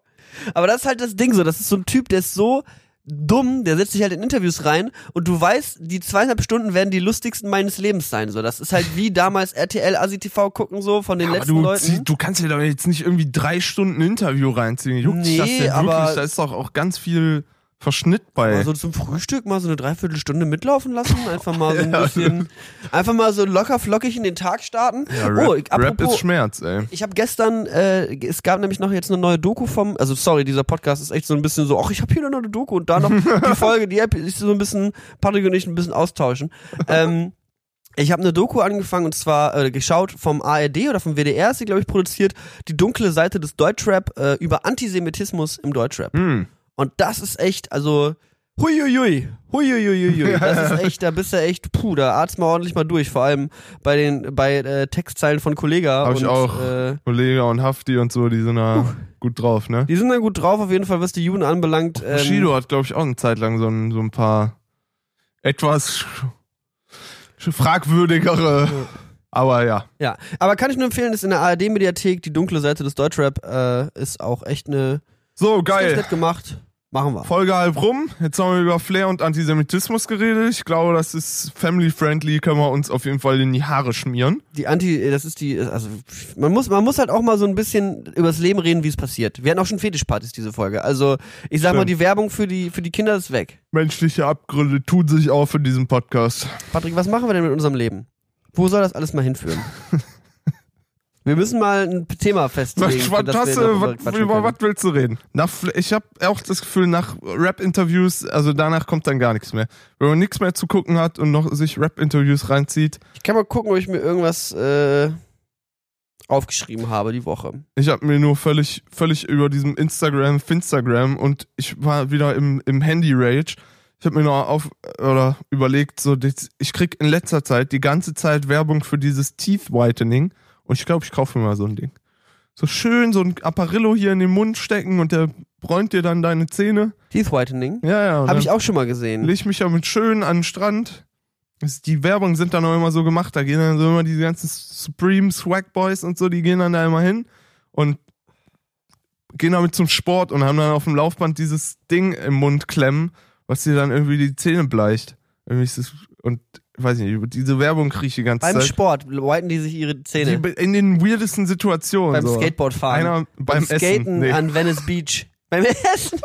Speaker 1: Aber das ist halt das Ding so. Das ist so ein Typ, der ist so dumm, der setzt sich halt in Interviews rein und du weißt, die zweieinhalb Stunden werden die lustigsten meines Lebens sein. So, das ist halt wie damals RTL Asi TV gucken so von den
Speaker 2: Aber
Speaker 1: letzten
Speaker 2: du,
Speaker 1: Leuten.
Speaker 2: zieh- du kannst dir doch jetzt nicht irgendwie drei Stunden Interview reinziehen. Juckt dich das
Speaker 1: Nee,
Speaker 2: denn
Speaker 1: aber- Also,
Speaker 2: wirklich? Da ist doch auch ganz viel Verschnitt bei.
Speaker 1: Mal so zum Frühstück mal so eine Dreiviertelstunde mitlaufen lassen, einfach mal so ein
Speaker 2: Ja.
Speaker 1: bisschen, einfach mal so locker flockig in den Tag starten.
Speaker 2: ja, Rap,
Speaker 1: oh,
Speaker 2: Rap ist
Speaker 1: apropos,
Speaker 2: Schmerz, ey.
Speaker 1: ich habe gestern, äh, es gab nämlich noch jetzt eine neue Doku vom, also sorry, dieser Podcast ist echt so ein bisschen so, ach, ich habe hier noch eine Doku und da noch die Folge, die App ist so ein bisschen, Patrick und ich ein bisschen austauschen. Ähm, ich habe eine Doku angefangen und zwar äh, geschaut vom ARD oder vom WDR ist sie, glaube ich, produziert, die dunkle Seite des Deutschrap äh, über Antisemitismus im Deutschrap.
Speaker 2: Hm.
Speaker 1: Und das ist echt, also huiuiui, huiuiuiui. Das ist echt, da bist du echt, puh, da atzt mal ordentlich mal durch. Vor allem bei den, bei äh, Textzeilen von Kollega.
Speaker 2: Hab ich
Speaker 1: und,
Speaker 2: auch.
Speaker 1: Äh,
Speaker 2: Kollega und Hafti und so, die sind da gut drauf, ne?
Speaker 1: die sind da gut drauf, auf jeden Fall, was die Juden anbelangt. Ähm,
Speaker 2: Bushido hat, glaube ich, auch eine Zeit lang so ein, so ein paar etwas sch- sch- fragwürdigere. Aber ja.
Speaker 1: ähm, Ja, aber kann ich nur empfehlen, ist in der ARD-Mediathek, die dunkle Seite des Deutschrap äh, ist auch echt eine.
Speaker 2: So,
Speaker 1: ist ganz
Speaker 2: geil.
Speaker 1: nett gemacht. Machen wir.
Speaker 2: Folge halb rum. Jetzt haben wir über Flair und Antisemitismus geredet. Ich glaube, das ist family-friendly, können wir uns auf jeden Fall in die Haare schmieren.
Speaker 1: Die Anti, das ist die, also man muss, man muss halt auch mal so ein bisschen übers Leben reden, wie es passiert. Wir hatten auch schon Fetischpartys diese Folge. Also ich sag mal,
Speaker 2: Stimmt.
Speaker 1: die Werbung für die, für die Kinder ist weg.
Speaker 2: Menschliche Abgründe tun sich auf in diesem Podcast.
Speaker 1: Patrick, was machen wir denn mit unserem Leben? Wo soll das alles mal hinführen? wir müssen mal ein Thema festlegen.
Speaker 2: Was,
Speaker 1: für
Speaker 2: was,
Speaker 1: das
Speaker 2: hast
Speaker 1: wir noch drüber
Speaker 2: du, was,
Speaker 1: quatschen
Speaker 2: über was
Speaker 1: können.
Speaker 2: willst du reden? Nach, Fl- ich habe auch das Gefühl, nach Rap-Interviews, also danach kommt dann gar nichts mehr. Wenn man nichts mehr zu gucken hat und noch sich Rap-Interviews reinzieht.
Speaker 1: Ich kann mal gucken, ob ich mir irgendwas äh, aufgeschrieben habe die Woche.
Speaker 2: Ich habe mir nur völlig, völlig über diesem Instagram, Finstagram und ich war wieder im, im Handy-Rage. Ich habe mir noch auf oder überlegt, so das- ich krieg in letzter Zeit die ganze Zeit Werbung für dieses Teeth Whitening und ich glaube, ich kaufe mir mal so ein Ding. So schön so ein Apparillo hier in den Mund stecken und der bräunt dir dann deine Zähne.
Speaker 1: Teeth Whitening.
Speaker 2: Ja, ja. ne?
Speaker 1: Habe
Speaker 2: und dann-
Speaker 1: ich auch schon mal gesehen.
Speaker 2: leg mich damit schön an den Strand. Ist- Die Werbung sind dann auch immer so gemacht, da gehen dann so immer diese ganzen Supreme Swag Boys und so, die gehen dann da immer hin und gehen damit zum Sport und haben dann auf dem Laufband dieses Ding im Mund klemmen, was dir dann irgendwie die Zähne bleicht. Irgendwie ist es, und weiß nicht, über diese Werbung kriege ich die ganze
Speaker 1: Beim
Speaker 2: Zeit.
Speaker 1: Sport whiten die sich ihre Zähne.
Speaker 2: Die, in den weirdesten Situationen.
Speaker 1: beim
Speaker 2: so.
Speaker 1: Skateboardfahren.
Speaker 2: Einer beim, Essen.
Speaker 1: Skaten
Speaker 2: Nee.
Speaker 1: an Venice Beach. Beim Essen.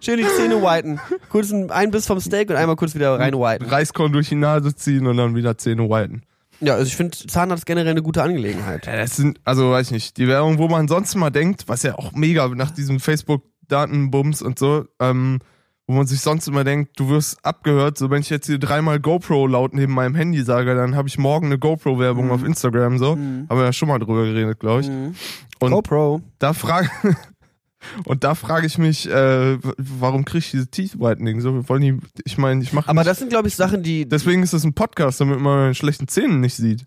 Speaker 1: Schön die Zähne whiten. Kurz ein, ein Biss vom Steak und einmal kurz wieder rein whiten.
Speaker 2: Reiskorn durch die Nase ziehen und dann wieder Zähne whiten.
Speaker 1: Ja, also ich finde Zahnarzt generell eine gute Angelegenheit.
Speaker 2: Ja, das sind, also weiß ich nicht, die Werbung, wo man sonst mal denkt, was ja auch mega nach diesem Facebook-Datenbums und so, ähm, wo man sich sonst immer denkt, du wirst abgehört, so wenn ich jetzt hier dreimal GoPro laut neben meinem Handy sage, dann habe ich morgen eine GoPro-Werbung
Speaker 1: Mhm.
Speaker 2: auf Instagram, so. Haben wir ja schon mal drüber geredet, glaube ich. Und-
Speaker 1: GoPro.
Speaker 2: Da frage und da frage ich mich, äh, w- warum kriege ich diese Teeth Whitening? So, wir wollen die, ich meine, ich mache
Speaker 1: Aber das sind, glaube ich, Sachen, die,
Speaker 2: Deswegen ist das ein Podcast, damit man meine schlechten Zähne nicht sieht.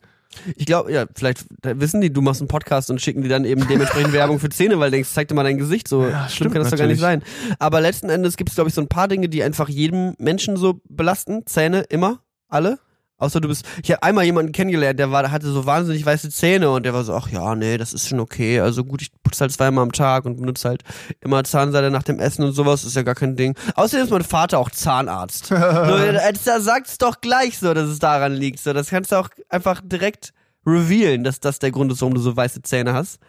Speaker 1: ich glaube, ja, vielleicht da wissen die, du machst einen Podcast und schicken die dann eben dementsprechend Werbung für Zähne, weil du denkst, zeig dir mal dein Gesicht, so schlimm
Speaker 2: Ja, stimmt,
Speaker 1: kann das doch gar nicht sein. Aber letzten Endes gibt es, glaube ich, so ein paar Dinge, die einfach jedem Menschen so belasten. Zähne, immer, alle. Außer du bist, ich habe einmal jemanden kennengelernt, der war, hatte so wahnsinnig weiße Zähne und der war so, ach ja, nee, das ist schon okay. Also gut, ich putze halt zweimal am Tag und benutze halt immer Zahnseide nach dem Essen und sowas, ist ja gar kein Ding. Außerdem ist mein Vater auch Zahnarzt. so, als da sagt's doch gleich so, dass es daran liegt. So, das kannst du auch einfach direkt revealen, dass das der Grund ist, warum du so weiße Zähne hast.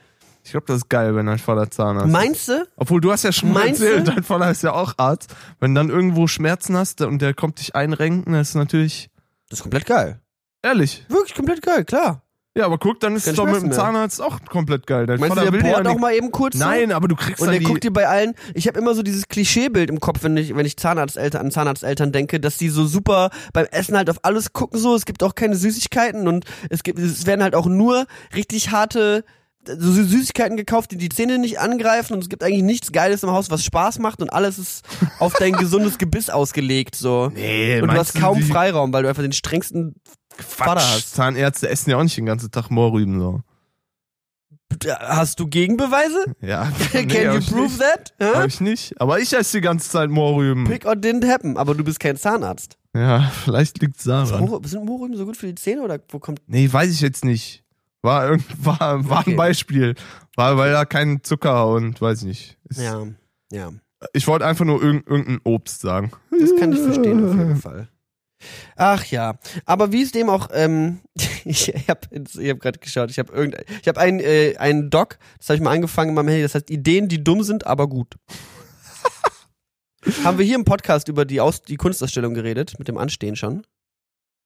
Speaker 2: Ich glaube, das ist geil, wenn dein Vater Zahnarzt ist.
Speaker 1: Meinst du?
Speaker 2: Obwohl du hast ja schon mal
Speaker 1: Meinst du?
Speaker 2: erzählt, dein Vater ist ja auch Arzt. Wenn du dann irgendwo Schmerzen hast und der kommt dich einrenken, das ist natürlich
Speaker 1: Das ist komplett geil.
Speaker 2: ehrlich.
Speaker 1: Wirklich komplett geil, klar.
Speaker 2: Ja, aber guck, dann ist
Speaker 1: Kein
Speaker 2: es doch mit
Speaker 1: Schmerz
Speaker 2: dem
Speaker 1: mehr.
Speaker 2: Zahnarzt auch komplett geil. Dein
Speaker 1: Meinst
Speaker 2: Vater
Speaker 1: du, der
Speaker 2: will
Speaker 1: bohrt
Speaker 2: ja
Speaker 1: auch
Speaker 2: nicht.
Speaker 1: mal eben kurz? so?
Speaker 2: Nein, aber du kriegst
Speaker 1: Und
Speaker 2: dann
Speaker 1: der
Speaker 2: die,
Speaker 1: guckt dir bei allen, ich habe immer so dieses Klischeebild im Kopf, wenn ich, wenn ich Zahnarzteltern, an Zahnarzteltern denke, dass die so super beim Essen halt auf alles gucken so, es gibt auch keine Süßigkeiten und es gibt, es werden halt auch nur richtig harte so Sü- Süßigkeiten gekauft, die die Zähne nicht angreifen und es gibt eigentlich nichts Geiles im Haus, was Spaß macht und alles ist auf dein gesundes Gebiss ausgelegt so.
Speaker 2: Nee,
Speaker 1: und du
Speaker 2: meinst
Speaker 1: hast kaum
Speaker 2: die,
Speaker 1: Freiraum, weil du einfach den strengsten Vater
Speaker 2: Quatsch.
Speaker 1: hast.
Speaker 2: Zahnärzte essen ja auch nicht den ganzen Tag Mohrrüben so.
Speaker 1: Hast du Gegenbeweise?
Speaker 2: Ja.
Speaker 1: Can
Speaker 2: nee, hab
Speaker 1: you
Speaker 2: ich
Speaker 1: prove
Speaker 2: nicht.
Speaker 1: that? Hä?
Speaker 2: Hab ich nicht. Aber ich esse die ganze Zeit Mohrrüben.
Speaker 1: Pick or didn't happen, aber du bist kein Zahnarzt.
Speaker 2: Ja, vielleicht liegt's
Speaker 1: Ist
Speaker 2: daran.
Speaker 1: Mohrrüben- Sind Mohrrüben so gut für die Zähne oder wo kommt.
Speaker 2: Nee, weiß ich jetzt nicht. War, irgend- war, war
Speaker 1: Okay.
Speaker 2: ein Beispiel. War, weil da kein Zucker und weiß nicht. Ist,
Speaker 1: Ja, ja.
Speaker 2: Ich wollte einfach nur irgend, irgendein Obst sagen.
Speaker 1: Das kann ich verstehen auf jeden Fall. Ach ja, aber wie es dem auch, ähm, ich habe ich hab gerade geschaut, ich habe irgendein, ich habe einen äh, einen Doc, das habe ich mal angefangen in meinem Handy, das heißt Ideen, die dumm sind, aber gut. Haben wir hier im Podcast über die Aus die Kunstausstellung geredet mit dem Anstehen schon,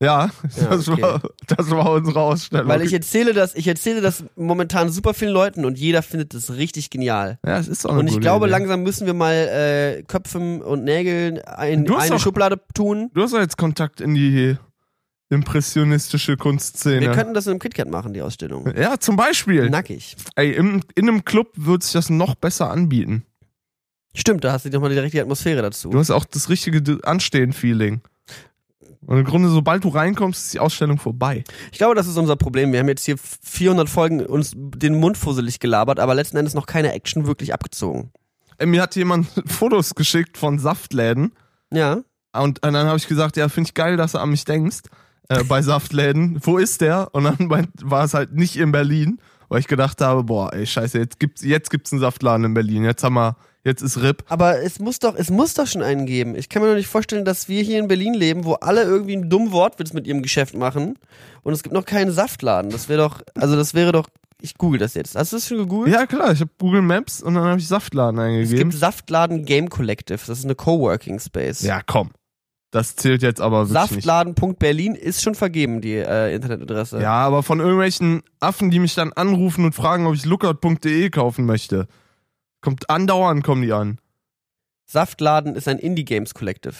Speaker 2: Ja,
Speaker 1: Ja,
Speaker 2: das,
Speaker 1: okay.
Speaker 2: war, das war unsere Ausstellung.
Speaker 1: weil ich erzähle das, ich erzähle das momentan super vielen Leuten und jeder findet das richtig genial.
Speaker 2: ja, es ist auch eine
Speaker 1: Und ich
Speaker 2: gute
Speaker 1: glaube,
Speaker 2: Idee.
Speaker 1: langsam müssen wir mal äh, Köpfen und Nägeln in
Speaker 2: Du hast
Speaker 1: eine
Speaker 2: doch-
Speaker 1: Schublade tun.
Speaker 2: Du hast ja jetzt Kontakt in die impressionistische
Speaker 1: Wir
Speaker 2: Kunstszene.
Speaker 1: könnten das in einem KitKat machen, die Ausstellung.
Speaker 2: Ja, zum Beispiel.
Speaker 1: Nackig.
Speaker 2: Ey, im, in einem Club würde sich das noch besser anbieten.
Speaker 1: Stimmt, da hast du nochmal die richtige Atmosphäre dazu.
Speaker 2: Du hast auch das richtige D- Anstehen-Feeling. Und im Grunde, sobald du reinkommst, ist die Ausstellung vorbei.
Speaker 1: Ich glaube, das ist unser Problem. Wir haben jetzt hier 400 Folgen uns den Mund fusselig gelabert, aber letzten Endes noch keine Action wirklich abgezogen.
Speaker 2: Ey, Mir hat jemand Fotos geschickt von Saftläden.
Speaker 1: Ja.
Speaker 2: Und, und dann habe ich gesagt, ja, finde ich geil, dass du an mich denkst. Äh, bei Saftläden. Wo ist der? Und dann meint- war es halt nicht in Berlin, weil ich gedacht habe, boah, ey, scheiße, jetzt gibt's, jetzt gibt's einen Saftladen in Berlin. Jetzt haben wir, jetzt ist RIP.
Speaker 1: Aber es muss doch, es muss doch schon einen geben. Ich kann mir noch nicht vorstellen, dass wir hier in Berlin leben, wo alle irgendwie einen dummen Wortwitz mit ihrem Geschäft machen und es gibt noch keinen Saftladen. Das wäre doch, also das wäre doch, ich google das jetzt. Hast du das schon gegoogelt?
Speaker 2: Ja, klar, ich habe Google Maps und dann habe ich Saftladen
Speaker 1: Es gibt
Speaker 2: eingegeben.
Speaker 1: Saftladen Game Collective. Das ist eine Coworking Space.
Speaker 2: Ja, komm. Das zählt jetzt aber wirklich nicht.
Speaker 1: Saftladen.berlin ist schon vergeben, die äh, Internetadresse.
Speaker 2: Ja, aber von irgendwelchen Affen, die mich dann anrufen und fragen, ob ich lookout.de kaufen möchte. Kommt andauernd, kommen die an.
Speaker 1: Saftladen ist ein Indie Games Collective.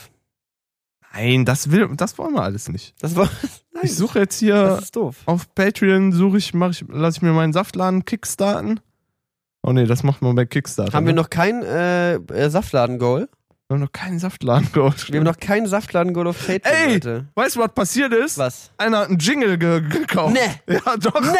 Speaker 2: Nein, das will, das wollen wir alles nicht.
Speaker 1: Das war. Nein,
Speaker 2: Ich suche jetzt hier
Speaker 1: das ist doof.
Speaker 2: auf Patreon, suche ich, mach ich, lass ich mir meinen Saftladen kickstarten. Oh nee, das macht man bei Kickstarter.
Speaker 1: Haben wir
Speaker 2: ne?
Speaker 1: noch kein äh, äh, Saftladen-Goal?
Speaker 2: wir haben noch keinen Saftladen geholt.
Speaker 1: Wir haben noch kein Saftladen-Goal auf Patreon,
Speaker 2: Ey!
Speaker 1: Leute.
Speaker 2: weißt du, was passiert ist?
Speaker 1: Was?
Speaker 2: Einer hat einen Jingle ge gekauft.
Speaker 1: Nee.
Speaker 2: Ja, doch.
Speaker 1: Ne,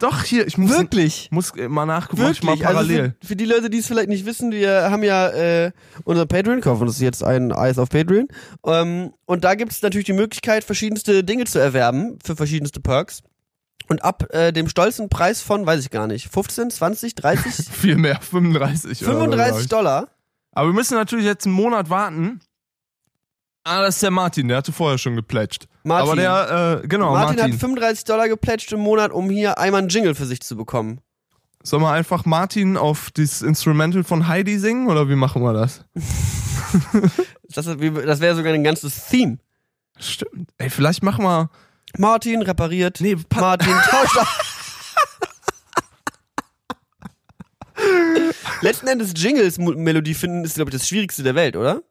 Speaker 2: Doch, hier, ich muss,
Speaker 1: wirklich.
Speaker 2: muss äh, mal nachgucken, mach ich
Speaker 1: Wirklich.
Speaker 2: mal parallel.
Speaker 1: Also für, für die Leute, die es vielleicht nicht wissen, wir haben ja äh, unseren Patreon, kaufen uns jetzt ein Eis auf Patreon. Ähm, und da gibt es natürlich die Möglichkeit, verschiedenste Dinge zu erwerben für verschiedenste Perks. Und ab äh, dem stolzen Preis von, weiß ich gar nicht, 15, 20, 30,
Speaker 2: Viel mehr, 35. oder so, glaub
Speaker 1: 35
Speaker 2: ich.
Speaker 1: Dollar.
Speaker 2: Aber wir müssen natürlich jetzt einen Monat warten. Ah, das ist der Martin, der hatte vorher schon geplätscht.
Speaker 1: Martin.
Speaker 2: Aber der, äh, genau,
Speaker 1: Martin,
Speaker 2: Martin.
Speaker 1: hat 35 Dollar geplätscht im Monat, um hier einmal einen Jingle für sich zu bekommen.
Speaker 2: Sollen wir einfach Martin auf das Instrumental von Heidi singen oder wie machen wir das?
Speaker 1: Das, ist wie- das wäre sogar ein ganzes Theme.
Speaker 2: Stimmt. Ey, vielleicht machen wir.
Speaker 1: Martin repariert.
Speaker 2: Nee, pa-
Speaker 1: Martin tauscht. ab. Letzten Endes Jingles-Melodie finden ist, glaube ich, das Schwierigste der Welt, oder?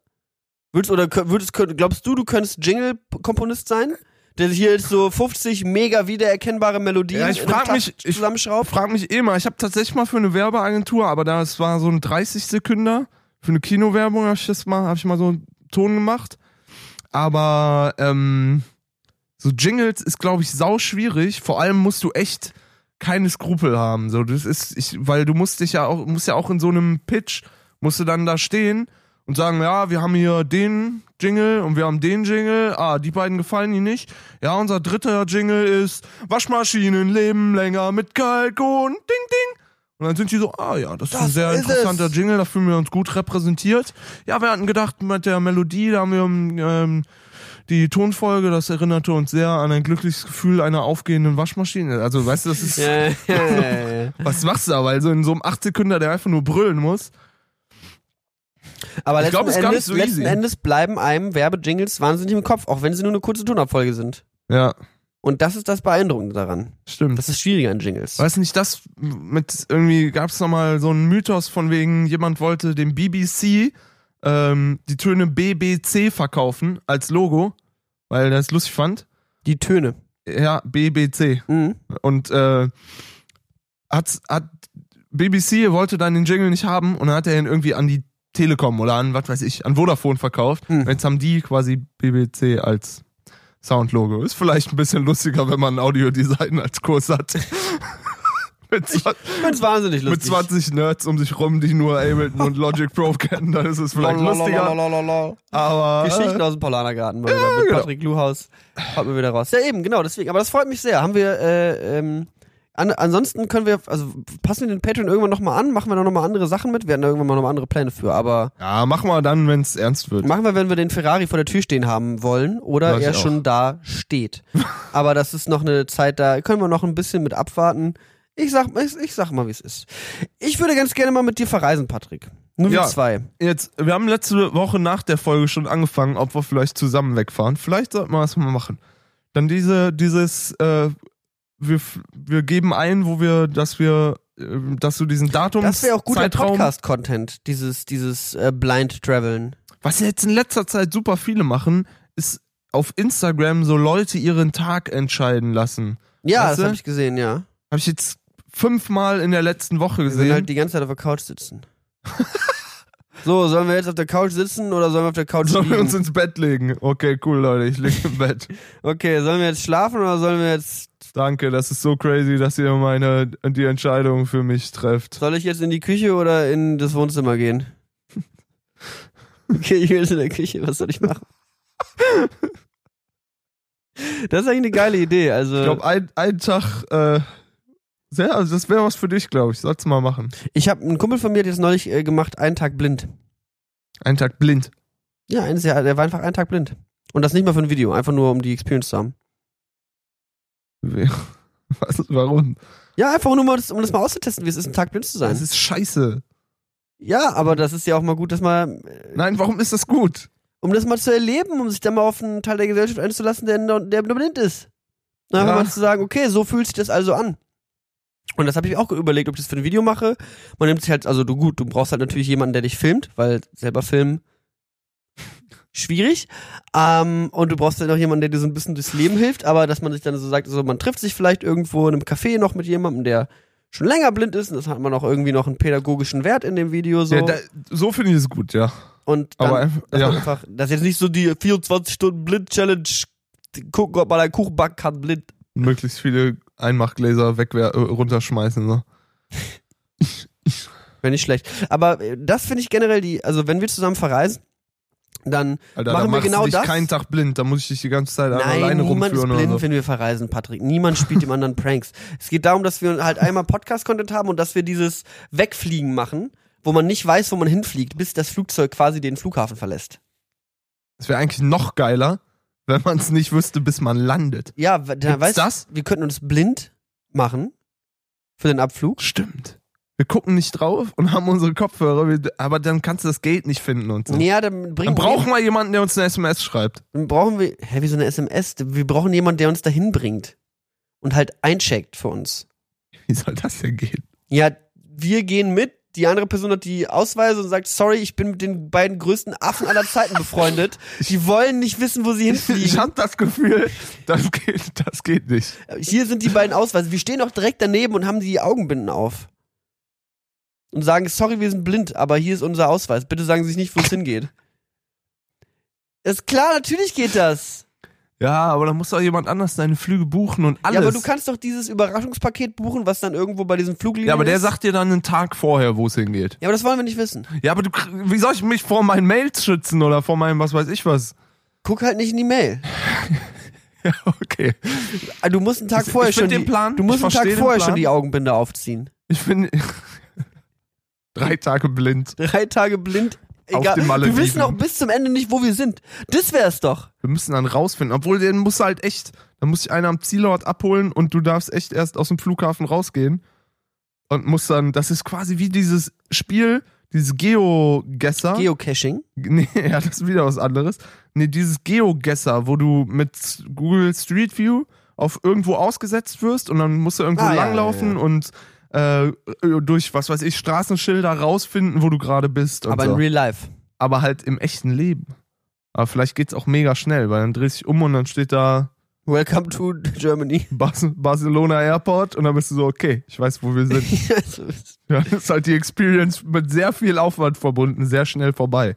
Speaker 1: Würdest, oder kö- würdest, kö- glaubst du, du könntest Jingle-Komponist sein? Der sich hier jetzt so 50 mega wiedererkennbare Melodien
Speaker 2: Ja, ich
Speaker 1: in einem
Speaker 2: frag
Speaker 1: Takt
Speaker 2: mich- ich-
Speaker 1: zusammenschraubt?
Speaker 2: Frag mich eh mal. Ich habe tatsächlich mal für eine Werbeagentur, aber das war so ein 30 Sekünder. Für eine Kinowerbung habe ich das mal, habe ich mal so einen Ton gemacht. Aber ähm, so Jingles ist, glaube ich, sau schwierig. Vor allem musst du echt keine Skrupel haben. So, das ist, ich, weil du musst dich ja auch, musst ja auch in so einem Pitch, musst du dann da stehen und sagen, ja, wir haben hier den Jingle und wir haben den Jingle. Ah, die beiden gefallen ihnen nicht. Ja, unser dritter Jingle ist Waschmaschinen leben länger mit Kalk und Ding Ding. Und dann sind die so, ah ja, das ist ein
Speaker 1: Das
Speaker 2: sehr
Speaker 1: ist
Speaker 2: interessanter
Speaker 1: es.
Speaker 2: Jingle, da fühlen wir uns gut repräsentiert. Ja, wir hatten gedacht, mit der Melodie, da haben wir ähm, die Tonfolge, das erinnerte uns sehr an ein glückliches Gefühl einer aufgehenden Waschmaschine. Also, weißt du, das ist.
Speaker 1: Ja, ja, ja, ja.
Speaker 2: Was machst du da? Weil so in so einem 8 Sekunder, der einfach nur brüllen muss.
Speaker 1: Aber
Speaker 2: Ich
Speaker 1: letzten,
Speaker 2: glaub, ist gar
Speaker 1: Endes,
Speaker 2: nicht so
Speaker 1: letzten
Speaker 2: easy.
Speaker 1: Endes bleiben einem Werbejingles wahnsinnig im Kopf, auch wenn sie nur eine kurze Tonabfolge sind.
Speaker 2: Ja,
Speaker 1: Und das ist das Beeindruckende daran.
Speaker 2: stimmt.
Speaker 1: Das ist schwieriger an Jingles.
Speaker 2: Weiß nicht, das mit irgendwie gab es nochmal so einen Mythos von wegen, jemand wollte dem BBC ähm, die Töne BBC verkaufen als Logo, weil er es lustig fand.
Speaker 1: Die Töne.
Speaker 2: Ja, BBC.
Speaker 1: Mhm.
Speaker 2: Und äh, hat, hat BBC wollte dann den Jingle nicht haben und dann hat er ihn irgendwie an die Telekom oder an was weiß ich, an Vodafone verkauft.
Speaker 1: Hm.
Speaker 2: Und jetzt haben die quasi BBC als Soundlogo. Ist vielleicht ein bisschen lustiger, wenn man ein Audiodesign als Kurs hat. mit, 20,
Speaker 1: Ganz wahnsinnig lustig.
Speaker 2: mit 20 Nerds um sich rum, die nur Ableton und Logic Pro kennen, dann ist es vielleicht lustiger.
Speaker 1: lustiger.
Speaker 2: Aber
Speaker 1: Geschichten
Speaker 2: äh,
Speaker 1: aus dem Paulanergarten mal wieder mit
Speaker 2: genau.
Speaker 1: Patrick Luhaus haut mir wieder raus. Ja, eben, genau, deswegen. Aber das freut mich sehr. Haben wir, äh, ähm, an, ansonsten können wir, also passen wir den Patreon irgendwann nochmal an, machen wir da nochmal andere Sachen mit, wir hatten da irgendwann mal nochmal andere Pläne für, aber
Speaker 2: äh, ja, mach mal dann, wenn es ernst wird.
Speaker 1: machen wir, wenn wir den Ferrari vor der Tür stehen haben wollen oder
Speaker 2: Weiß
Speaker 1: er
Speaker 2: ich auch.
Speaker 1: schon da steht. aber das ist noch eine Zeit, da können wir noch ein bisschen mit abwarten. Ich sag, ich, ich sag mal, wie es ist. Ich würde ganz gerne mal mit dir verreisen, Patrick. Nur wir
Speaker 2: Ja.
Speaker 1: zwei.
Speaker 2: Jetzt, wir haben letzte Woche nach der Folge schon angefangen, ob wir vielleicht zusammen wegfahren. Vielleicht sollten wir das mal machen. Dann diese, dieses, äh, wir, f- wir geben ein, wo wir, dass wir, äh, dass du diesen Datum.
Speaker 1: Das wäre auch guter Podcast-Content, dieses, dieses äh, Blind-Traveln.
Speaker 2: Was jetzt in letzter Zeit super viele machen, ist auf Instagram so Leute ihren Tag entscheiden lassen.
Speaker 1: Ja,
Speaker 2: Weißt
Speaker 1: das
Speaker 2: du?
Speaker 1: habe ich gesehen, ja.
Speaker 2: Habe ich jetzt fünfmal in der letzten Woche
Speaker 1: Wir würden
Speaker 2: gesehen.
Speaker 1: halt die ganze Zeit auf der Couch sitzen. so, sollen wir jetzt auf der Couch sitzen oder sollen wir auf der Couch
Speaker 2: Sollen wir
Speaker 1: liegen?
Speaker 2: uns ins Bett legen? Okay, cool, Leute, ich liege im Bett.
Speaker 1: okay, sollen wir jetzt schlafen oder sollen wir jetzt.
Speaker 2: Danke, das ist so crazy, dass ihr meine, die Entscheidung für mich trefft.
Speaker 1: Soll ich jetzt in die Küche oder in das Wohnzimmer gehen? Okay, ich will jetzt in der Küche, was soll ich machen? Das ist eigentlich eine geile Idee. Also,
Speaker 2: Ich glaube, ein, ein Tag, äh, sehr, also das wäre was für dich, glaube ich. Sollst du mal machen.
Speaker 1: ich habe einen Kumpel von mir, der hat jetzt neulich äh, gemacht, einen Tag blind.
Speaker 2: Ein Tag blind.
Speaker 1: Ja, eines Jahr, der war einfach einen Tag blind. Und das nicht mal für ein Video, einfach nur um die Experience zu haben.
Speaker 2: We- Was, warum?
Speaker 1: Ja, einfach nur mal, das, um das mal auszutesten, wie es ist, einen Tag blind zu
Speaker 2: Das
Speaker 1: sein.
Speaker 2: ist scheiße.
Speaker 1: Ja, aber das ist ja auch mal gut, das mal, äh,
Speaker 2: Nein, warum ist das gut?
Speaker 1: um das mal zu erleben, um sich dann mal auf einen Teil der Gesellschaft einzulassen, der, no- der nur blind ist. Und einfach
Speaker 2: Ja.
Speaker 1: mal zu sagen, okay, so fühlt sich das also an. Und das habe ich auch überlegt, ob ich das für ein Video mache. Man nimmt sich halt, also du gut, du brauchst halt natürlich jemanden, der dich filmt, weil selber filmen schwierig. Ähm, und du brauchst dann noch jemanden, der dir so ein bisschen durchs Leben hilft, aber dass man sich dann so sagt, also man trifft sich vielleicht irgendwo in einem Café noch mit jemandem, der schon länger blind ist und das hat man auch irgendwie noch einen pädagogischen Wert in dem Video so.
Speaker 2: Ja, da, so finde ich es gut, ja.
Speaker 1: und dann,
Speaker 2: Aber einfach,
Speaker 1: dass man
Speaker 2: ja.
Speaker 1: einfach, das ist jetzt nicht so die 24 Stunden Blind Challenge, gucken, ob man einen Kuchen backen kann, blind.
Speaker 2: möglichst viele Einmachgläser wegwer äh, runterschmeißen. ne? So.
Speaker 1: Wäre nicht schlecht. Aber äh, das finde ich generell die, also wenn wir zusammen verreisen, dann
Speaker 2: Alter,
Speaker 1: Machen wir
Speaker 2: da machst
Speaker 1: genau
Speaker 2: du dich
Speaker 1: das?
Speaker 2: keinen Tag blind, da muss ich dich die ganze Zeit
Speaker 1: Nein,
Speaker 2: alleine
Speaker 1: niemand ist
Speaker 2: rumführen
Speaker 1: blind,
Speaker 2: oder so.
Speaker 1: wenn wir verreisen, Patrick. Niemand spielt dem anderen Pranks. Es geht darum, dass wir halt einmal Podcast-Content haben und dass wir dieses Wegfliegen machen, wo man nicht weiß, wo man hinfliegt, bis das Flugzeug quasi den Flughafen verlässt.
Speaker 2: Es wäre eigentlich noch geiler, wenn man es nicht wüsste, bis man landet.
Speaker 1: Ja, w- dann
Speaker 2: Gibt's
Speaker 1: weißt
Speaker 2: das?
Speaker 1: wir könnten uns blind machen für den Abflug.
Speaker 2: Stimmt. Wir gucken nicht drauf und haben unsere Kopfhörer, wir- aber dann kannst du das Geld nicht finden und so.
Speaker 1: Ja, dann, bringen
Speaker 2: Dann brauchen wir jemanden, der uns eine SMS schreibt.
Speaker 1: dann brauchen wir, hä, wie so eine SMS? Wir brauchen jemanden, der uns dahin bringt und halt eincheckt für uns.
Speaker 2: Wie soll das denn gehen?
Speaker 1: Ja, wir gehen mit. Die andere Person hat die Ausweise und sagt, sorry, ich bin mit den beiden größten Affen aller Zeiten befreundet. Die wollen nicht wissen, wo sie
Speaker 2: Ich
Speaker 1: hinfliegen.
Speaker 2: habe das Gefühl, das geht, das geht nicht.
Speaker 1: Hier sind die beiden Ausweise. Wir stehen auch direkt daneben und haben die Augenbinden auf. Und sagen, sorry, wir sind blind, aber hier ist unser Ausweis. Bitte sagen Sie sich nicht, wo es hingeht. Ist klar, natürlich geht das.
Speaker 2: Ja, aber da muss doch jemand anders deine Flüge buchen und alles.
Speaker 1: Ja, aber du kannst doch dieses Überraschungspaket buchen, was dann irgendwo bei diesem Fluglinien
Speaker 2: ja, aber der
Speaker 1: ist.
Speaker 2: sagt dir dann einen Tag vorher, wo es hingeht.
Speaker 1: Ja, aber das wollen wir nicht wissen.
Speaker 2: Ja, aber du, kr- wie soll ich mich vor meinen Mails schützen oder vor meinem was weiß ich was?
Speaker 1: Guck halt nicht in die Mail.
Speaker 2: Ja, okay.
Speaker 1: Ah, Du musst einen Tag
Speaker 2: Ich-
Speaker 1: vorher
Speaker 2: ich
Speaker 1: schon
Speaker 2: find
Speaker 1: die,
Speaker 2: den Plan,
Speaker 1: du musst
Speaker 2: ich
Speaker 1: einen Tag
Speaker 2: versteh den
Speaker 1: vorher
Speaker 2: Plan.
Speaker 1: schon die Augenbinde aufziehen.
Speaker 2: Ich bin drei Tage blind.
Speaker 1: Drei Tage blind.
Speaker 2: Auf
Speaker 1: Egal.
Speaker 2: den Malediven.
Speaker 1: wir wissen auch bis zum Ende nicht, wo wir sind. Das wär's doch.
Speaker 2: Wir müssen dann rausfinden. Obwohl, den muss halt echt, dann muss ich einer am Zielort abholen und du darfst echt erst aus dem Flughafen rausgehen. Und musst dann, das ist quasi wie dieses Spiel, dieses Geogesser.
Speaker 1: Geocaching.
Speaker 2: Nee, ja, das ist wieder was anderes. Nee, dieses Geogesser, wo du mit Google Street View auf irgendwo ausgesetzt wirst und dann musst du irgendwo
Speaker 1: Ah, ja,
Speaker 2: langlaufen
Speaker 1: ja,
Speaker 2: und äh, durch, was weiß ich, Straßenschilder rausfinden, wo du gerade bist. Und
Speaker 1: Aber
Speaker 2: so.
Speaker 1: in Real Life.
Speaker 2: Aber halt im echten Leben. Aber vielleicht geht's auch mega schnell, weil dann drehst du dich um und dann steht da
Speaker 1: Welcome to Germany.
Speaker 2: Bas Barcelona Airport und dann bist du so, okay, ich weiß, wo wir sind.
Speaker 1: Also,
Speaker 2: ja, das ist halt die Experience mit sehr viel Aufwand verbunden, sehr schnell vorbei.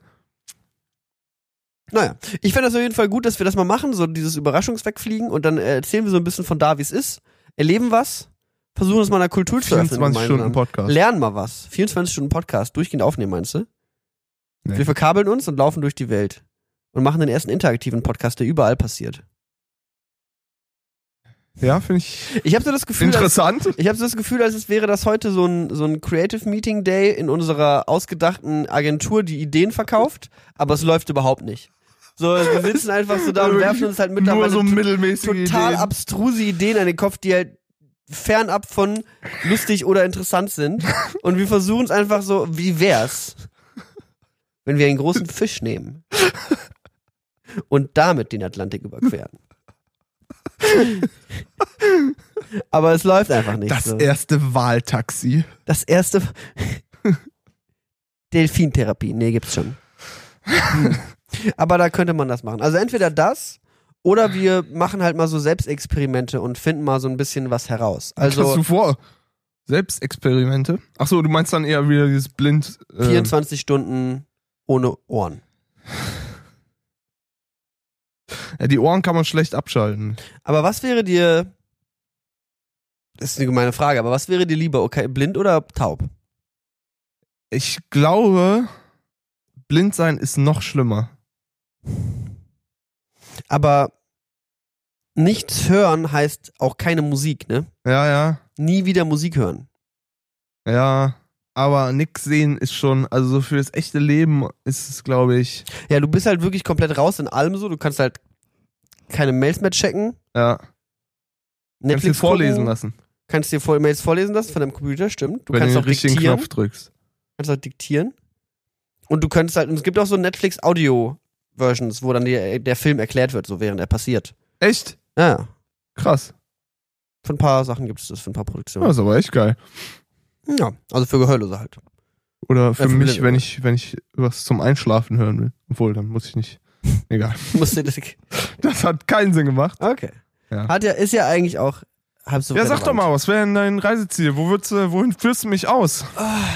Speaker 1: Naja, ich fände das auf jeden Fall gut, dass wir das mal machen, so dieses Überraschungswegfliegen und dann äh, erzählen wir so ein bisschen von da, wie es ist, erleben was, versuchen es mal einer Kultur zu öffnen.
Speaker 2: 24 Stunden
Speaker 1: gemeinsam.
Speaker 2: Podcast.
Speaker 1: Lernen mal was. 24 Stunden Podcast, durchgehend aufnehmen, meinst du?
Speaker 2: Nee.
Speaker 1: Wir verkabeln uns und laufen durch die Welt und machen den ersten interaktiven Podcast, der überall passiert.
Speaker 2: Ja, finde ich
Speaker 1: Ich habe so das Gefühl, als,
Speaker 2: interessant.
Speaker 1: ich habe so das Gefühl, als es wäre das heute so ein so ein Creative Meeting Day in unserer ausgedachten Agentur, die Ideen verkauft, aber es läuft überhaupt nicht. So, wir sitzen einfach so da und werfen uns halt
Speaker 2: Also Nur
Speaker 1: mittlerweile
Speaker 2: so mittelmäßige
Speaker 1: total
Speaker 2: Ideen.
Speaker 1: abstruse Ideen an den Kopf, die halt fernab von lustig oder interessant sind. Und wir versuchen es einfach so, wie wär's, wenn wir einen großen Fisch nehmen und damit den Atlantik überqueren. Aber es läuft einfach nicht
Speaker 2: Das
Speaker 1: so.
Speaker 2: erste Wahltaxi.
Speaker 1: Das erste. Delfintherapie. Nee, gibt's schon. Hm. Aber da könnte man das machen. Also entweder das oder wir machen halt mal so Selbstexperimente und finden mal so ein bisschen was heraus.
Speaker 2: Hast
Speaker 1: Also
Speaker 2: du vor? Selbstexperimente? Achso, du meinst dann eher wieder dieses blind. Äh,
Speaker 1: 24 Stunden ohne Ohren.
Speaker 2: ja, die Ohren kann man schlecht abschalten.
Speaker 1: Aber was wäre dir. Das ist eine gemeine Frage, aber was wäre dir lieber, okay, blind oder taub?
Speaker 2: Ich glaube, blind sein ist noch schlimmer.
Speaker 1: Aber nichts hören heißt auch keine Musik, ne?
Speaker 2: Ja, ja.
Speaker 1: Nie wieder Musik hören.
Speaker 2: Ja, aber nix sehen ist schon, also so fürs echte Leben ist es, glaube ich,
Speaker 1: Ja, du bist halt wirklich komplett raus in allem so. Du kannst halt keine Mails mehr checken.
Speaker 2: ja. Kannst du
Speaker 1: Netflix
Speaker 2: vorlesen
Speaker 1: gucken,
Speaker 2: lassen,
Speaker 1: Kannst dir vor Mails vorlesen lassen von deinem Computer, stimmt. Du
Speaker 2: wenn du
Speaker 1: kannst
Speaker 2: den
Speaker 1: auch
Speaker 2: richtigen
Speaker 1: diktieren.
Speaker 2: Knopf drückst.
Speaker 1: Kannst auch diktieren. Und du könntest halt, und es gibt auch so Netflix Audio Versions, wo dann die, der Film erklärt wird, so während er passiert.
Speaker 2: Echt?
Speaker 1: Ja, Ja,
Speaker 2: Krass.
Speaker 1: für ein paar Sachen gibt es das, für ein paar
Speaker 2: Ja,
Speaker 1: Produktionen.
Speaker 2: ist aber echt geil.
Speaker 1: Ja, also für Gehörlose halt.
Speaker 2: Oder für
Speaker 1: Ja, für
Speaker 2: mich,
Speaker 1: Blinde.
Speaker 2: wenn ich, wenn ich was zum Einschlafen hören will. Obwohl, dann muss ich nicht. Egal.
Speaker 1: Musst du das-
Speaker 2: Das hat keinen Sinn gemacht.
Speaker 1: Okay.
Speaker 2: Ja.
Speaker 1: Hat ja, ist ja eigentlich auch halb so
Speaker 2: Ja, sag
Speaker 1: relevant.
Speaker 2: doch mal, was wäre denn dein Reiseziel? Wo würdest du, wohin führst du mich aus?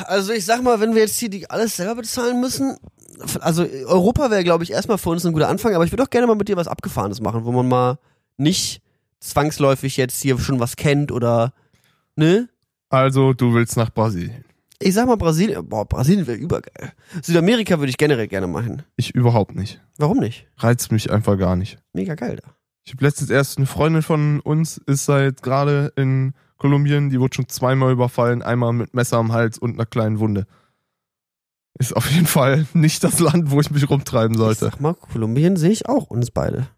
Speaker 1: Also ich sag mal, wenn wir jetzt hier die alles selber bezahlen müssen, also Europa wäre, glaube ich, erstmal für uns ein guter Anfang, aber ich würde auch gerne mal mit dir was Abgefahrenes machen, wo man mal nicht zwangsläufig jetzt hier schon was kennt oder ne?
Speaker 2: Also, du willst nach Brasilien.
Speaker 1: Ich sag mal Brasilien, boah, Brasilien wäre übergeil. Südamerika würde ich generell gerne machen.
Speaker 2: Ich überhaupt nicht.
Speaker 1: Warum nicht?
Speaker 2: Reizt mich einfach gar nicht.
Speaker 1: Mega geil da.
Speaker 2: Ich habe letztens erst eine Freundin von uns ist seit gerade in Kolumbien, die wurde schon zweimal überfallen, einmal mit Messer am Hals und einer kleinen Wunde. Ist auf jeden Fall nicht das Land, wo ich mich rumtreiben
Speaker 1: Ich
Speaker 2: sollte.
Speaker 1: sag mal, Kolumbien sehe ich auch uns beide.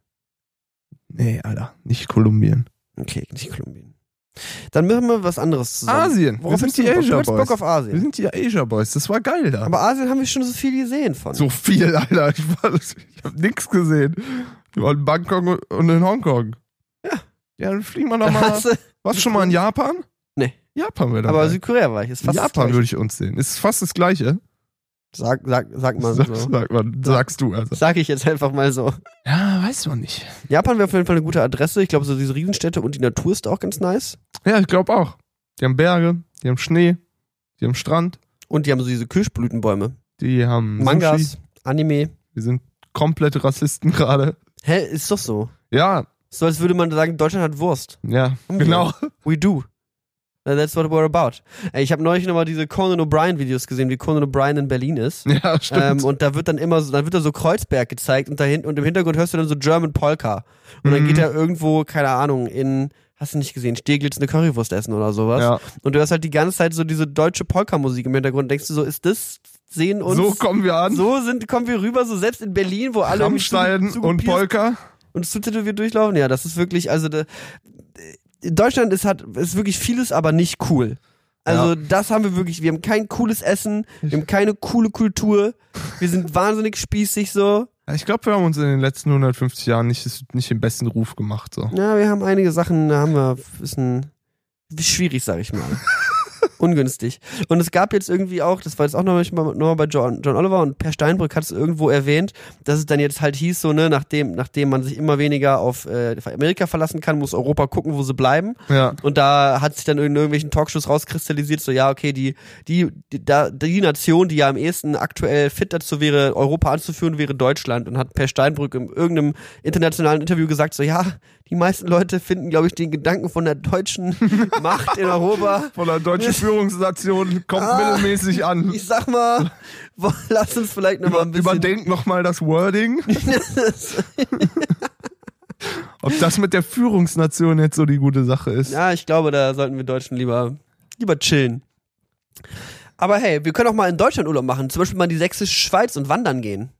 Speaker 2: Nee, Alter, nicht Kolumbien.
Speaker 1: Okay, nicht Kolumbien. Dann machen wir was anderes zusammen.
Speaker 2: Asien. Wir
Speaker 1: Worauf
Speaker 2: sind
Speaker 1: hast du
Speaker 2: die
Speaker 1: Bock? Du
Speaker 2: Asia
Speaker 1: hast Bock
Speaker 2: Boys.
Speaker 1: auf
Speaker 2: Wir
Speaker 1: Asien.
Speaker 2: sind die Asia Boys. Das war geil da.
Speaker 1: Aber Asien haben wir schon so viel gesehen von.
Speaker 2: so viel, Alter. Ich, war- ich habe nichts gesehen. Wir waren in Bangkok und in Hongkong.
Speaker 1: Ja.
Speaker 2: Ja, dann fliegen wir
Speaker 1: Da
Speaker 2: nochmal.
Speaker 1: hast du-
Speaker 2: Warst du schon mal in Japan?
Speaker 1: Nee.
Speaker 2: Japan wäre
Speaker 1: Aber
Speaker 2: dabei.
Speaker 1: Südkorea war ich. Ist fast das
Speaker 2: Japan
Speaker 1: Gleiche.
Speaker 2: würde ich uns sehen. Ist fast das Gleiche.
Speaker 1: Sag, sag, sag mal
Speaker 2: Sag,
Speaker 1: so.
Speaker 2: sag mal, sagst du also.
Speaker 1: Sag ich jetzt einfach mal so.
Speaker 2: Ja, weiß man nicht.
Speaker 1: Japan wäre auf jeden Fall eine gute Adresse. Ich glaube, so diese Riesenstädte und die Natur ist auch ganz nice.
Speaker 2: Ja, ich glaube auch. Die haben Berge, die haben Schnee, die haben Strand,
Speaker 1: Und die haben so diese Kirschblütenbäume.
Speaker 2: die haben Sushi.
Speaker 1: Mangas, Anime.
Speaker 2: Wir sind komplette Rassisten gerade.
Speaker 1: Hä, ist doch so.
Speaker 2: Ja,
Speaker 1: So als würde man sagen, Deutschland hat Wurst.
Speaker 2: ja,
Speaker 1: Haben wir.
Speaker 2: genau.
Speaker 1: We do. That's what we're about. Ey, ich habe neulich nochmal diese Conan O'Brien-Videos gesehen, wie Conan O'Brien in Berlin ist.
Speaker 2: genau. Ja, stimmt.
Speaker 1: Ähm, und da wird dann immer so, dann wird da so Kreuzberg gezeigt und, dahin, und im Hintergrund hörst du dann so German Polka. Und dann
Speaker 2: Mhm.
Speaker 1: geht er irgendwo, keine Ahnung, in, hast du nicht gesehen, Steglitz eine Currywurst essen oder sowas.
Speaker 2: ja.
Speaker 1: Und du hörst halt die ganze Zeit so diese deutsche Polka-Musik im Hintergrund. Denkst du so, ist das sehen uns?
Speaker 2: So kommen wir an.
Speaker 1: So sind, kommen wir rüber, so selbst in Berlin, wo alle irgendwie
Speaker 2: Rammstein
Speaker 1: zuge-
Speaker 2: und
Speaker 1: zugepierst
Speaker 2: Polka.
Speaker 1: und zutätowiert durchlaufen. Ja, das ist wirklich, also da, in Deutschland ist hat ist wirklich vieles, aber nicht cool. Also
Speaker 2: Ja.
Speaker 1: das haben wir wirklich. Wir haben kein cooles Essen, wir haben keine coole Kultur. Wir sind wahnsinnig spießig so.
Speaker 2: Ja, Ich glaube, wir haben uns in den letzten 150 Jahren nicht, nicht den besten Ruf gemacht. So.
Speaker 1: Ja, wir haben einige Sachen, da haben wir ist ein ist schwierig, sag ich mal. Ungünstig. Und es gab jetzt irgendwie auch, das war jetzt auch nochmal noch mal bei John, John Oliver und Per Steinbrück hat es irgendwo erwähnt, dass es dann jetzt halt hieß, so, ne, nachdem, nachdem man sich immer weniger auf äh, Amerika verlassen kann, muss Europa gucken, wo sie bleiben.
Speaker 2: Ja.
Speaker 1: Und da hat sich dann in irgendwelchen Talkshows rauskristallisiert, so ja, okay, die, die, die, da, die Nation, die ja am ehesten aktuell fit dazu wäre, Europa anzuführen, wäre Deutschland. Und hat Per Steinbrück in irgendeinem internationalen Interview gesagt, so ja, die meisten Leute finden, glaube ich, den Gedanken von der deutschen Macht in Europa.
Speaker 2: Von der deutschen Führungsnation kommt
Speaker 1: Ah.
Speaker 2: mittelmäßig an.
Speaker 1: Ich sag mal, wo- lass uns vielleicht nochmal ein bisschen.
Speaker 2: Überdenkt nochmal das Wording. Ob das mit der Führungsnation jetzt so die gute Sache ist.
Speaker 1: Ja, ich glaube, da sollten wir Deutschen lieber, lieber chillen. Aber hey, wir können auch mal in Deutschland Urlaub machen. Zum Beispiel mal in die Sächsische Schweiz und wandern gehen.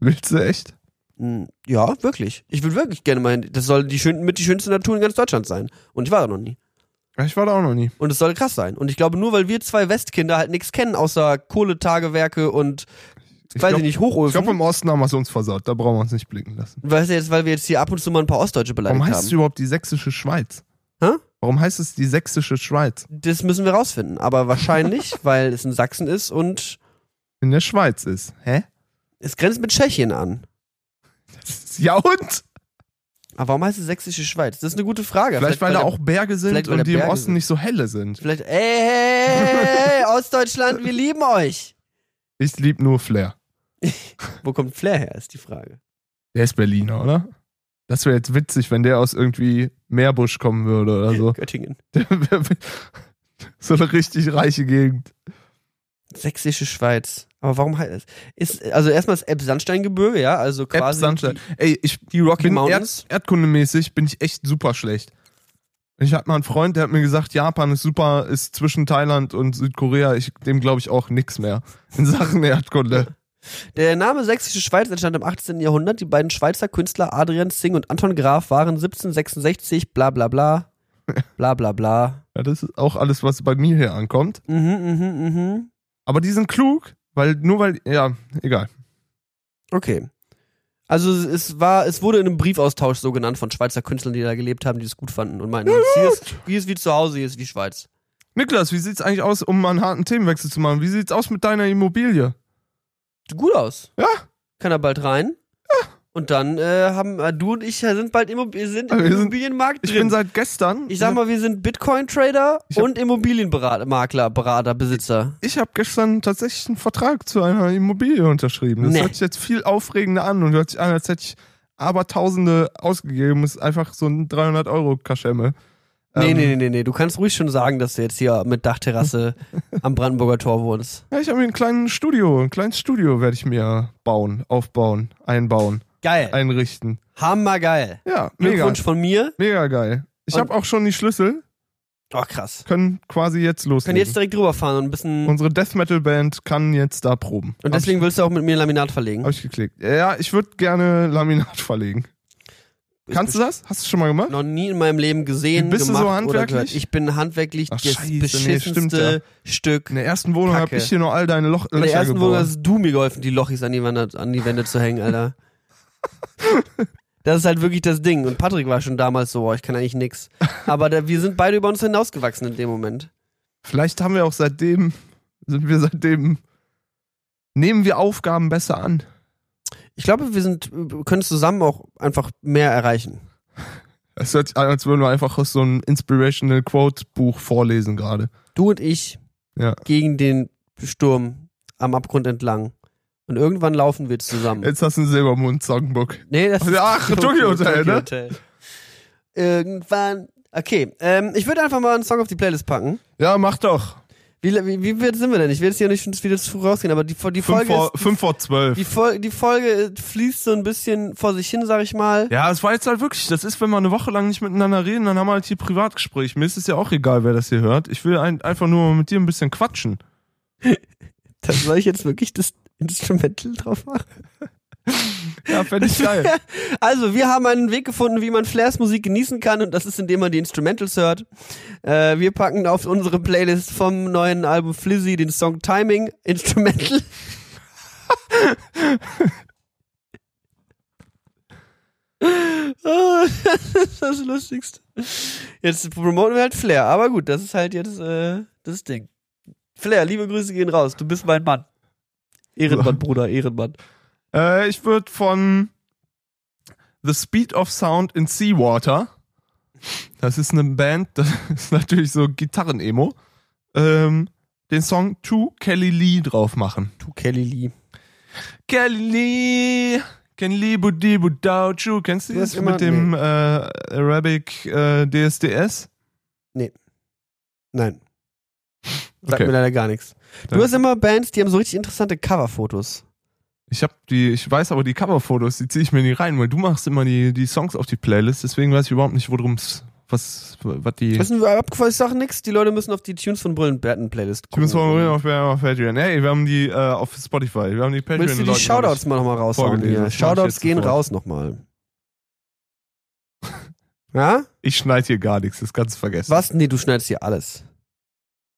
Speaker 2: Willst du echt?
Speaker 1: Mm, Ja, wirklich. Ich würde wirklich gerne mal hin. Das soll die schön, mit die schönste Natur in ganz Deutschland sein. Und ich war da noch nie.
Speaker 2: Ich war da auch noch nie.
Speaker 1: Und es soll krass sein. Und ich glaube, nur weil wir zwei Westkinder halt nichts kennen, außer Kohletagewerke und,
Speaker 2: Ich
Speaker 1: weiß
Speaker 2: glaub-
Speaker 1: ich nicht,
Speaker 2: Ich glaube,
Speaker 1: Hochöfen.
Speaker 2: im Osten haben wir es uns versaut. Da brauchen wir uns nicht blicken lassen.
Speaker 1: Weißt du jetzt, weil wir jetzt hier ab und zu mal ein paar Ostdeutsche
Speaker 2: Warum
Speaker 1: beleidigt
Speaker 2: heißt es
Speaker 1: haben.
Speaker 2: überhaupt die sächsische Schweiz?
Speaker 1: Hä?
Speaker 2: Warum heißt es die sächsische Schweiz?
Speaker 1: Das müssen wir rausfinden. Aber wahrscheinlich, weil es in Sachsen ist und
Speaker 2: In der Schweiz ist. Hä?
Speaker 1: es grenzt mit Tschechien an.
Speaker 2: Ja und?
Speaker 1: Aber warum heißt es Sächsische Schweiz? Das ist eine gute Frage.
Speaker 2: Vielleicht, weil da auch Berge
Speaker 1: vielleicht,
Speaker 2: sind
Speaker 1: weil da
Speaker 2: und die im
Speaker 1: Berge
Speaker 2: Osten
Speaker 1: sind.
Speaker 2: nicht so helle sind.
Speaker 1: Vielleicht, ey, hey, hey, hey, hey, Ostdeutschland, wir lieben euch.
Speaker 2: Ich lieb nur Flair.
Speaker 1: Wo kommt Flair her, ist die Frage.
Speaker 2: Der ist Berliner, oder? Das wäre jetzt witzig, wenn der aus irgendwie Meerbusch kommen würde oder so.
Speaker 1: Göttingen.
Speaker 2: so eine richtig reiche Gegend.
Speaker 1: Sächsische Schweiz. Aber warum heißt es? Ist, also erstmal das Elbsandsteingebirge, ja, also quasi
Speaker 2: Elbsandstein. Ey, ich
Speaker 1: die Rocky
Speaker 2: bin
Speaker 1: Mountains.
Speaker 2: Erd erdkundemäßig bin ich echt super schlecht. Ich hatte mal einen Freund, der hat mir gesagt, Japan ist super, ist zwischen Thailand und Südkorea. Ich, dem glaube ich auch nix mehr in Sachen Erdkunde.
Speaker 1: Der Name Sächsische Schweiz entstand im 18. Jahrhundert. Die beiden Schweizer Künstler Adrian Singh und Anton Graf waren 1766, bla bla bla. Bla bla bla.
Speaker 2: Ja, das ist auch alles, was bei mir hier ankommt.
Speaker 1: Mhm, mhm, mhm.
Speaker 2: Aber die sind klug, weil nur weil, ja, egal.
Speaker 1: Okay. Also es- es war, es wurde in einem Briefaustausch so genannt von Schweizer Künstlern, die da gelebt haben, die es gut fanden und meinten, hier ist, hier ist wie zu Hause, hier ist wie Schweiz.
Speaker 2: Niklas, wie sieht's eigentlich aus, um mal einen harten Themenwechsel zu machen? Wie sieht's aus mit deiner Immobilie?
Speaker 1: Sieht gut aus.
Speaker 2: Ja.
Speaker 1: Kann er bald rein. Und dann äh, haben äh, du und ich äh, sind bald Immob sind im
Speaker 2: Wir sind-
Speaker 1: Immobilienmarkt
Speaker 2: Ich
Speaker 1: drin.
Speaker 2: bin seit gestern.
Speaker 1: ich sag mal, wir sind Bitcoin-Trader
Speaker 2: Ich hab-
Speaker 1: und Immobilienmakler, Berater, Besitzer.
Speaker 2: ich habe gestern tatsächlich einen Vertrag zu einer Immobilie unterschrieben. Das
Speaker 1: Nee.
Speaker 2: hört sich jetzt viel aufregender an und hört sich an, als hätte ich aber Tausende ausgegeben. Ist einfach so ein 300 Euro Kaschemme.
Speaker 1: Nee,
Speaker 2: Ähm,
Speaker 1: nee, nee, nee, nee. Du kannst ruhig schon sagen, dass du jetzt hier mit Dachterrasse am Brandenburger Tor wohnst.
Speaker 2: Ja, ich habe mir ein kleines Studio, ein kleines Studio werde ich mir bauen, aufbauen, einbauen,
Speaker 1: Geil.
Speaker 2: einrichten.
Speaker 1: Hammergeil.
Speaker 2: Ja, mega,
Speaker 1: Glückwunsch von mir.
Speaker 2: mega geil. Ich
Speaker 1: Und-
Speaker 2: habe auch schon die Schlüssel,
Speaker 1: Oh, krass.
Speaker 2: können quasi jetzt
Speaker 1: Können
Speaker 2: loslegen.
Speaker 1: jetzt direkt rüberfahren und ein bisschen. Und,
Speaker 2: Unsere Death Metal Band kann jetzt da proben.
Speaker 1: deswegen willst du auch mit mir Laminat verlegen.
Speaker 2: habe ich geklickt. Ja, ich würde gerne Laminat verlegen.
Speaker 1: Ist
Speaker 2: Kannst du das? Hast du schon mal gemacht?
Speaker 1: noch nie in meinem Leben gesehen.
Speaker 2: Bist du so
Speaker 1: gemacht Oder
Speaker 2: handwerklich?
Speaker 1: gehört. ich bin handwerklich
Speaker 2: Ach,
Speaker 1: das
Speaker 2: scheiße, nee,
Speaker 1: beschissenste
Speaker 2: stimmt ja.
Speaker 1: Stück.
Speaker 2: In der ersten Wohnung habe
Speaker 1: Kacke.
Speaker 2: ich hier noch all deine Loch
Speaker 1: In der
Speaker 2: Löcher
Speaker 1: ersten Wohnung
Speaker 2: gebohrt.
Speaker 1: hast du mir geholfen, die Lochis an die, Wand, an die Wände zu hängen, Alter. Das ist halt wirklich das Ding. Und Patrick war schon damals so, boah, ich kann eigentlich nix. Aber da, wir sind beide über uns hinausgewachsen in dem Moment.
Speaker 2: Vielleicht haben wir auch seitdem, sind wir seitdem, nehmen wir Aufgaben besser an.
Speaker 1: Ich glaube, wir sind, wir können zusammen auch einfach mehr erreichen.
Speaker 2: Es hört sich an, als würden wir einfach aus so einem Inspirational Quote Buch vorlesen gerade.
Speaker 1: Du und ich
Speaker 2: Ja.
Speaker 1: gegen den Sturm am Abgrund entlang. Und irgendwann laufen wir zusammen.
Speaker 2: Jetzt hast du einen Silbermond-Songbook.
Speaker 1: Nee, das ist
Speaker 2: Also, Ach, Tokyo Hotel, ne?
Speaker 1: Hotel. Irgendwann. Okay, ähm, ich würde einfach mal einen Song auf die Playlist packen.
Speaker 2: Ja, mach doch.
Speaker 1: Wie, wie, wie weit sind wir denn? Ich will jetzt hier nicht schon wieder zu früh rausgehen, aber die, die
Speaker 2: Fünf
Speaker 1: Folge
Speaker 2: vor,
Speaker 1: ist,
Speaker 2: fünf vor zwölf.
Speaker 1: die, Fol die Folge fließt so ein bisschen vor sich hin, sag ich mal.
Speaker 2: Ja, es war jetzt halt wirklich, das ist, wenn wir eine Woche lang nicht miteinander reden, dann haben wir halt hier Privatgespräch. Mir ist es ja auch egal, wer das hier hört. Ich will ein, einfach nur mit dir ein bisschen quatschen.
Speaker 1: Da soll ich jetzt wirklich das Instrumental drauf machen.
Speaker 2: Ja, fände ich geil.
Speaker 1: Also, wir haben einen Weg gefunden, wie man Flairs Musik genießen kann und das ist, indem man die Instrumentals hört. Äh, wir packen auf unsere Playlist vom neuen Album Flizzy den Song Timing Instrumental. Ah, das ist das Lustigste. Jetzt promoten wir halt Flair, aber gut, das ist halt jetzt äh, das Ding. Flair, liebe Grüße gehen raus, du bist mein Mann. Ehrenmann, Bruder, Ehrenmann.
Speaker 2: Äh, ich würde von The Speed of Sound in Seawater. Das ist eine Band, das ist natürlich so Gitarren-Emo. Ähm, den Song To Kelly Lee drauf machen.
Speaker 1: Du Kelly Lee.
Speaker 2: Kelly Lee, Ken Lee Budi Budauchu. Kennst du
Speaker 1: Du
Speaker 2: das
Speaker 1: hast immer-
Speaker 2: mit dem äh, Arabic äh, DSDS?
Speaker 1: Nein. Sagt
Speaker 2: Okay.
Speaker 1: mir leider gar nichts. Du
Speaker 2: Danke.
Speaker 1: hast immer Bands, die haben so richtig interessante Coverfotos.
Speaker 2: Ich hab die, ich weiß aber die Coverfotos, die ziehe ich mir nie rein, weil du machst immer die, die Songs auf die Playlist, deswegen weiß ich überhaupt nicht, worum es, was, was die.
Speaker 1: Wissen wir abgefallen, ich sag nix, die Leute müssen auf die Tunes von Brillen Batten Playlist
Speaker 2: Ich
Speaker 1: gucken.
Speaker 2: muss mal reden auf, auf Patreon. Hey, wir haben die äh, auf Spotify, wir haben die Patreon.
Speaker 1: Willst du die Shoutouts mal nochmal raushauen?
Speaker 2: vorgelesen.
Speaker 1: Hier?
Speaker 2: Das mach ich
Speaker 1: Shoutouts
Speaker 2: jetzt
Speaker 1: gehen
Speaker 2: sofort.
Speaker 1: raus nochmal. ja?
Speaker 2: Ich schneide hier gar nichts, das kannst du vergessen.
Speaker 1: Was? Nee, du schneidest hier alles.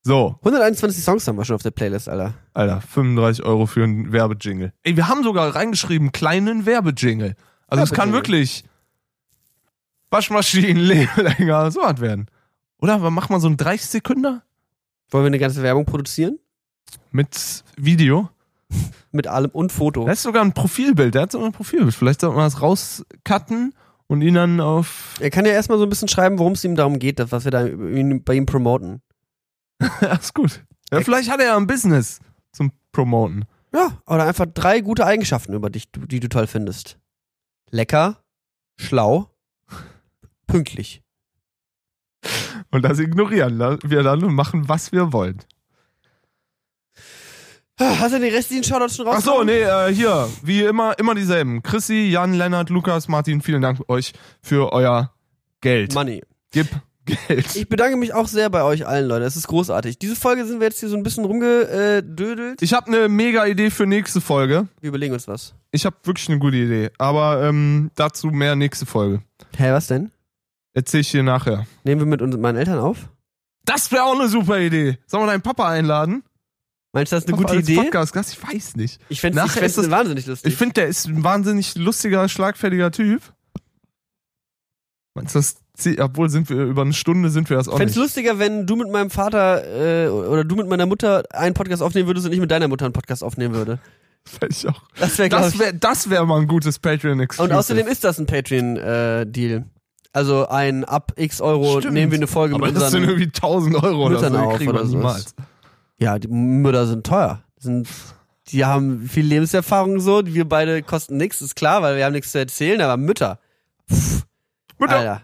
Speaker 2: So,
Speaker 1: 121 Songs haben wir schon auf der Playlist, Alter.
Speaker 2: Alter, 35 Euro für einen Werbejingle. Ey, wir haben sogar reingeschrieben, kleinen Werbejingle. Also es kann
Speaker 1: Werbejingle.
Speaker 2: wirklich Waschmaschinen, Leberlänger, so was werden. Oder mach mal so einen 30 Sekunder
Speaker 1: Wollen wir eine ganze Werbung produzieren?
Speaker 2: mit Video.
Speaker 1: Mit allem und Foto.
Speaker 2: Da ist sogar ein Profilbild, der hat sogar ein Profilbild. Vielleicht sollten wir das rauscutten und ihn dann auf.
Speaker 1: Er kann ja erstmal so ein bisschen schreiben, worum es ihm darum geht, das, was wir da ihm- bei ihm promoten.
Speaker 2: Ja, ist gut. Ja, vielleicht hat er ja ein Business zum Promoten.
Speaker 1: Ja, oder einfach drei gute Eigenschaften über dich, du- die du toll findest. Lecker, schlau, pünktlich.
Speaker 2: Und das ignorieren la- wir dann und machen, was wir wollen.
Speaker 1: Ah, Hast du den restlichen Shoutouts schon raus?
Speaker 2: Ach so, nee, äh, hier, wie immer, immer dieselben. Chrissy, Jan, Lennart, Lukas, Martin, vielen Dank euch für euer Geld.
Speaker 1: Money.
Speaker 2: Gib Geld.
Speaker 1: Ich bedanke mich auch sehr bei euch allen, Leute. Es ist großartig. Diese Folge sind wir jetzt hier so ein bisschen rumgedödelt.
Speaker 2: Ich habe eine mega Idee für nächste Folge.
Speaker 1: Wir überlegen uns was.
Speaker 2: Ich habe wirklich eine gute Idee, aber ähm, dazu mehr nächste Folge.
Speaker 1: Hä, was denn?
Speaker 2: Erzähl ich dir nachher.
Speaker 1: Nehmen wir mit uns, meinen Eltern auf?
Speaker 2: Das wäre auch eine super Idee. Sollen wir deinen Papa einladen?
Speaker 1: Meinst du, das ist eine
Speaker 2: Papa
Speaker 1: gute
Speaker 2: als
Speaker 1: Idee?
Speaker 2: Podcast-Gast? Ich weiß nicht.
Speaker 1: Ich fände
Speaker 2: Nachher ist
Speaker 1: es
Speaker 2: es-
Speaker 1: wahnsinnig lustig.
Speaker 2: Ich finde, der ist ein wahnsinnig lustiger, schlagfertiger Typ. Meinst du, das zieht- obwohl sind wir über eine Stunde sind wir das auch
Speaker 1: Fänd's
Speaker 2: nicht.
Speaker 1: lustiger, wenn du mit meinem Vater äh, oder du mit meiner Mutter einen Podcast aufnehmen würdest und ich mit deiner Mutter einen Podcast aufnehmen würde.
Speaker 2: Fänd ich auch.
Speaker 1: Das wäre
Speaker 2: Das
Speaker 1: ich.
Speaker 2: wäre das wär mal ein gutes Patreon-Exclusive.
Speaker 1: Und außerdem ist das ein Patreon-Deal. also ein ab x Euro
Speaker 2: Stimmt.
Speaker 1: nehmen wir eine Folge
Speaker 2: aber
Speaker 1: mit
Speaker 2: das sind
Speaker 1: unseren.
Speaker 2: irgendwie 1000 Euro oder so.
Speaker 1: Müttern
Speaker 2: die
Speaker 1: auf
Speaker 2: kriegen wir
Speaker 1: oder so.
Speaker 2: niemals.
Speaker 1: Ja, die Mütter sind teuer. Sind, die haben viel Lebenserfahrung so. Wir beide kosten nichts, ist klar, weil wir haben nichts zu erzählen. Aber Mütter,
Speaker 2: Mütter.
Speaker 1: Alter,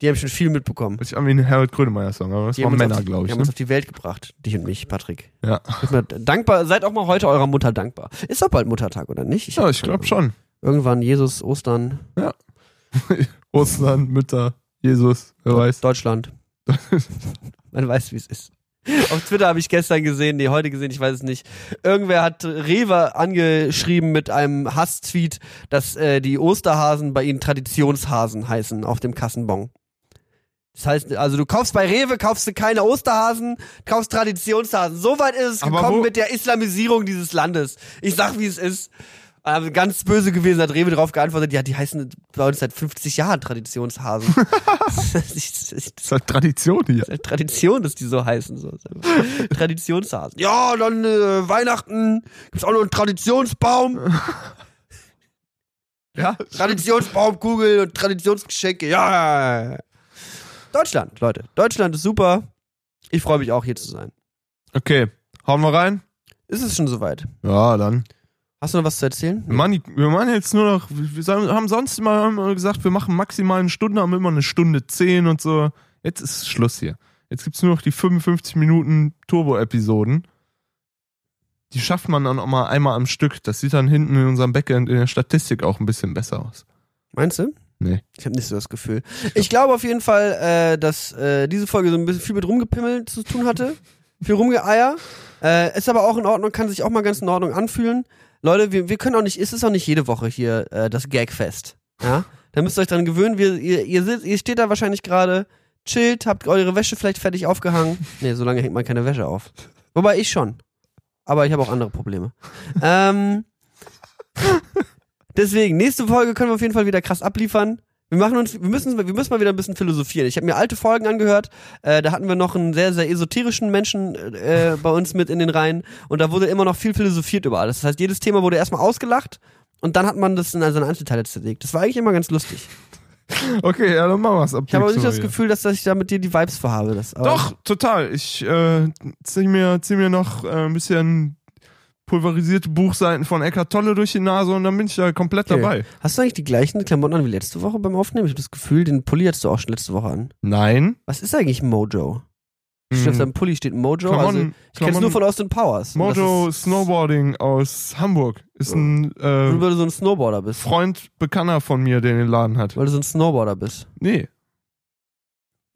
Speaker 1: die haben schon viel mitbekommen.
Speaker 2: Ich habe einen Harold Grönemeyer-Song, aber das
Speaker 1: Die haben
Speaker 2: waren
Speaker 1: uns auf
Speaker 2: Männer,
Speaker 1: die-
Speaker 2: glaube
Speaker 1: Die
Speaker 2: ich.
Speaker 1: haben
Speaker 2: Ne?
Speaker 1: uns auf die Welt gebracht, dich und mich, Patrick.
Speaker 2: Ja.
Speaker 1: Seid mal Dankbar, seid auch mal heute eurer Mutter dankbar. Ist doch bald Muttertag, oder nicht?
Speaker 2: ja, ich glaube schon.
Speaker 1: Irgendwann Jesus, Ostern,
Speaker 2: Russland, Mütter, Jesus, wer weiß.
Speaker 1: Deutschland. Man weiß, wie es ist. Auf Twitter habe ich gestern gesehen, nee, heute gesehen, ich weiß es nicht. Irgendwer hat Rewe angeschrieben mit einem Hass-Tweet, dass äh, die Osterhasen bei ihnen Traditionshasen heißen auf dem Kassenbon. Das heißt, also du kaufst bei Rewe, kaufst du keine Osterhasen, kaufst Traditionshasen. So weit ist es
Speaker 2: Aber
Speaker 1: gekommen
Speaker 2: wo-
Speaker 1: mit der Islamisierung dieses Landes. Ich sag, wie es ist. Ähm, ganz böse gewesen, hat Rewe darauf geantwortet, ja, die heißen bei uns seit 50 Jahren Traditionshasen. das ist, das ist
Speaker 2: Das ist halt Tradition hier.
Speaker 1: eine Tradition, dass die so heißen. So. Traditionshasen. Ja, dann äh, Weihnachten gibt's auch noch einen Traditionsbaum.
Speaker 2: Ja,
Speaker 1: Traditionsbaumkugel und Traditionsgeschenke. Ja. Deutschland, Leute. Deutschland ist super. Ich freue mich auch hier zu sein.
Speaker 2: Okay, hauen wir rein?
Speaker 1: Ist es schon soweit?
Speaker 2: Ja, dann.
Speaker 1: Hast du noch was zu erzählen?
Speaker 2: Wir machen, die- wir machen jetzt nur noch, wir sagen- haben sonst immer immer gesagt, wir machen maximal eine Stunde, haben immer eine Stunde zehn und so. Jetzt ist Schluss hier. Jetzt gibt's nur noch die 55 Minuten Turbo-Episoden. Die schafft man dann auch mal einmal am Stück. Das sieht dann hinten in unserem Backend in der Statistik auch ein bisschen besser aus.
Speaker 1: Meinst du?
Speaker 2: Nee.
Speaker 1: Ich habe nicht so das Gefühl. Ich glaube auf jeden Fall, äh, dass äh, diese Folge so ein bisschen viel mit rumgepimmel zu tun hatte. viel rumgeeier. Äh, ist aber auch in Ordnung, kann sich auch mal ganz in Ordnung anfühlen. Leute, wir, wir können auch nicht, es ist auch nicht jede Woche hier äh, das Gagfest. Ja? Da müsst ihr euch dran gewöhnen. Wir, ihr, ihr, sitzt, ihr steht da wahrscheinlich gerade, chillt, habt eure Wäsche vielleicht fertig aufgehangen. Nee, so lange hängt man keine Wäsche auf. Wobei ich schon. Aber ich habe auch andere Probleme. ähm, deswegen, nächste Folge können wir auf jeden Fall wieder krass abliefern. Wir, machen uns, wir, müssen, wir müssen mal wieder ein bisschen philosophieren. Ich habe mir alte Folgen angehört. Äh, da hatten wir noch einen sehr, sehr esoterischen Menschen äh, bei uns mit in den Reihen. Und da wurde immer noch viel philosophiert über alles. Das heißt, jedes Thema wurde erstmal ausgelacht und dann hat man das in seine Einzelteile zerlegt. Das war eigentlich immer ganz lustig.
Speaker 2: Okay, ja, dann machen wir's ab.
Speaker 1: Ich habe aber nicht
Speaker 2: nächster
Speaker 1: das
Speaker 2: Woche.
Speaker 1: Gefühl, dass, dass ich da mit dir die Vibes verhabe. Das, aber
Speaker 2: Doch, total. Ich äh, zieh, mir, zieh mir noch äh, ein bisschen pulverisierte Buchseiten von Eckart Tolle durch die Nase und dann bin ich ja komplett
Speaker 1: Okay.
Speaker 2: dabei.
Speaker 1: Hast du eigentlich die gleichen Klamotten an wie letzte Woche beim Aufnehmen? Ich habe das Gefühl, den Pulli hattest du auch schon letzte Woche an.
Speaker 2: Nein.
Speaker 1: Was ist eigentlich Mojo? Steht Auf
Speaker 2: Mhm.
Speaker 1: deinem Pulli steht Mojo.
Speaker 2: Klamotten,
Speaker 1: also, ich kenne es nur von Austin Powers. Und das
Speaker 2: Mojo
Speaker 1: ist-
Speaker 2: Snowboarding aus Hamburg ist ein
Speaker 1: Nur
Speaker 2: äh,
Speaker 1: Weil du so ein Snowboarder bist.
Speaker 2: Freund, Bekannter von mir, der den Laden hat.
Speaker 1: Weil du so ein Snowboarder bist.
Speaker 2: Nee.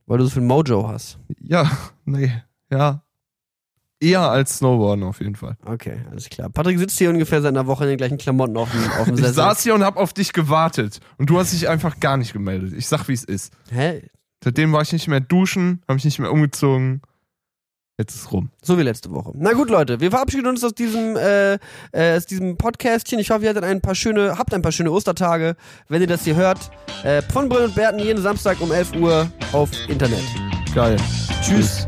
Speaker 1: Weil du so viel Mojo hast.
Speaker 2: Ja, nee. Ja. Eher als Snowboarden auf jeden Fall.
Speaker 1: Okay, alles klar. Patrick sitzt hier ungefähr seit einer Woche in den gleichen Klamotten auf dem, auf dem
Speaker 2: Ich
Speaker 1: Sessel.
Speaker 2: saß hier und hab auf dich gewartet und du hast dich einfach gar nicht gemeldet. Ich sag, wie es ist.
Speaker 1: Hä?
Speaker 2: Seitdem war ich nicht mehr duschen, habe ich nicht mehr umgezogen. Jetzt ist rum.
Speaker 1: So wie letzte Woche. Na gut, Leute, wir verabschieden uns aus diesem, äh, äh, aus diesem Podcastchen. Ich hoffe, ihr hattet ein paar schöne, habt ein paar schöne Ostertage, wenn ihr das hier hört. Äh, von Brill und Berten jeden Samstag um 11 Uhr auf Internet.
Speaker 2: Geil.
Speaker 1: Tschüss.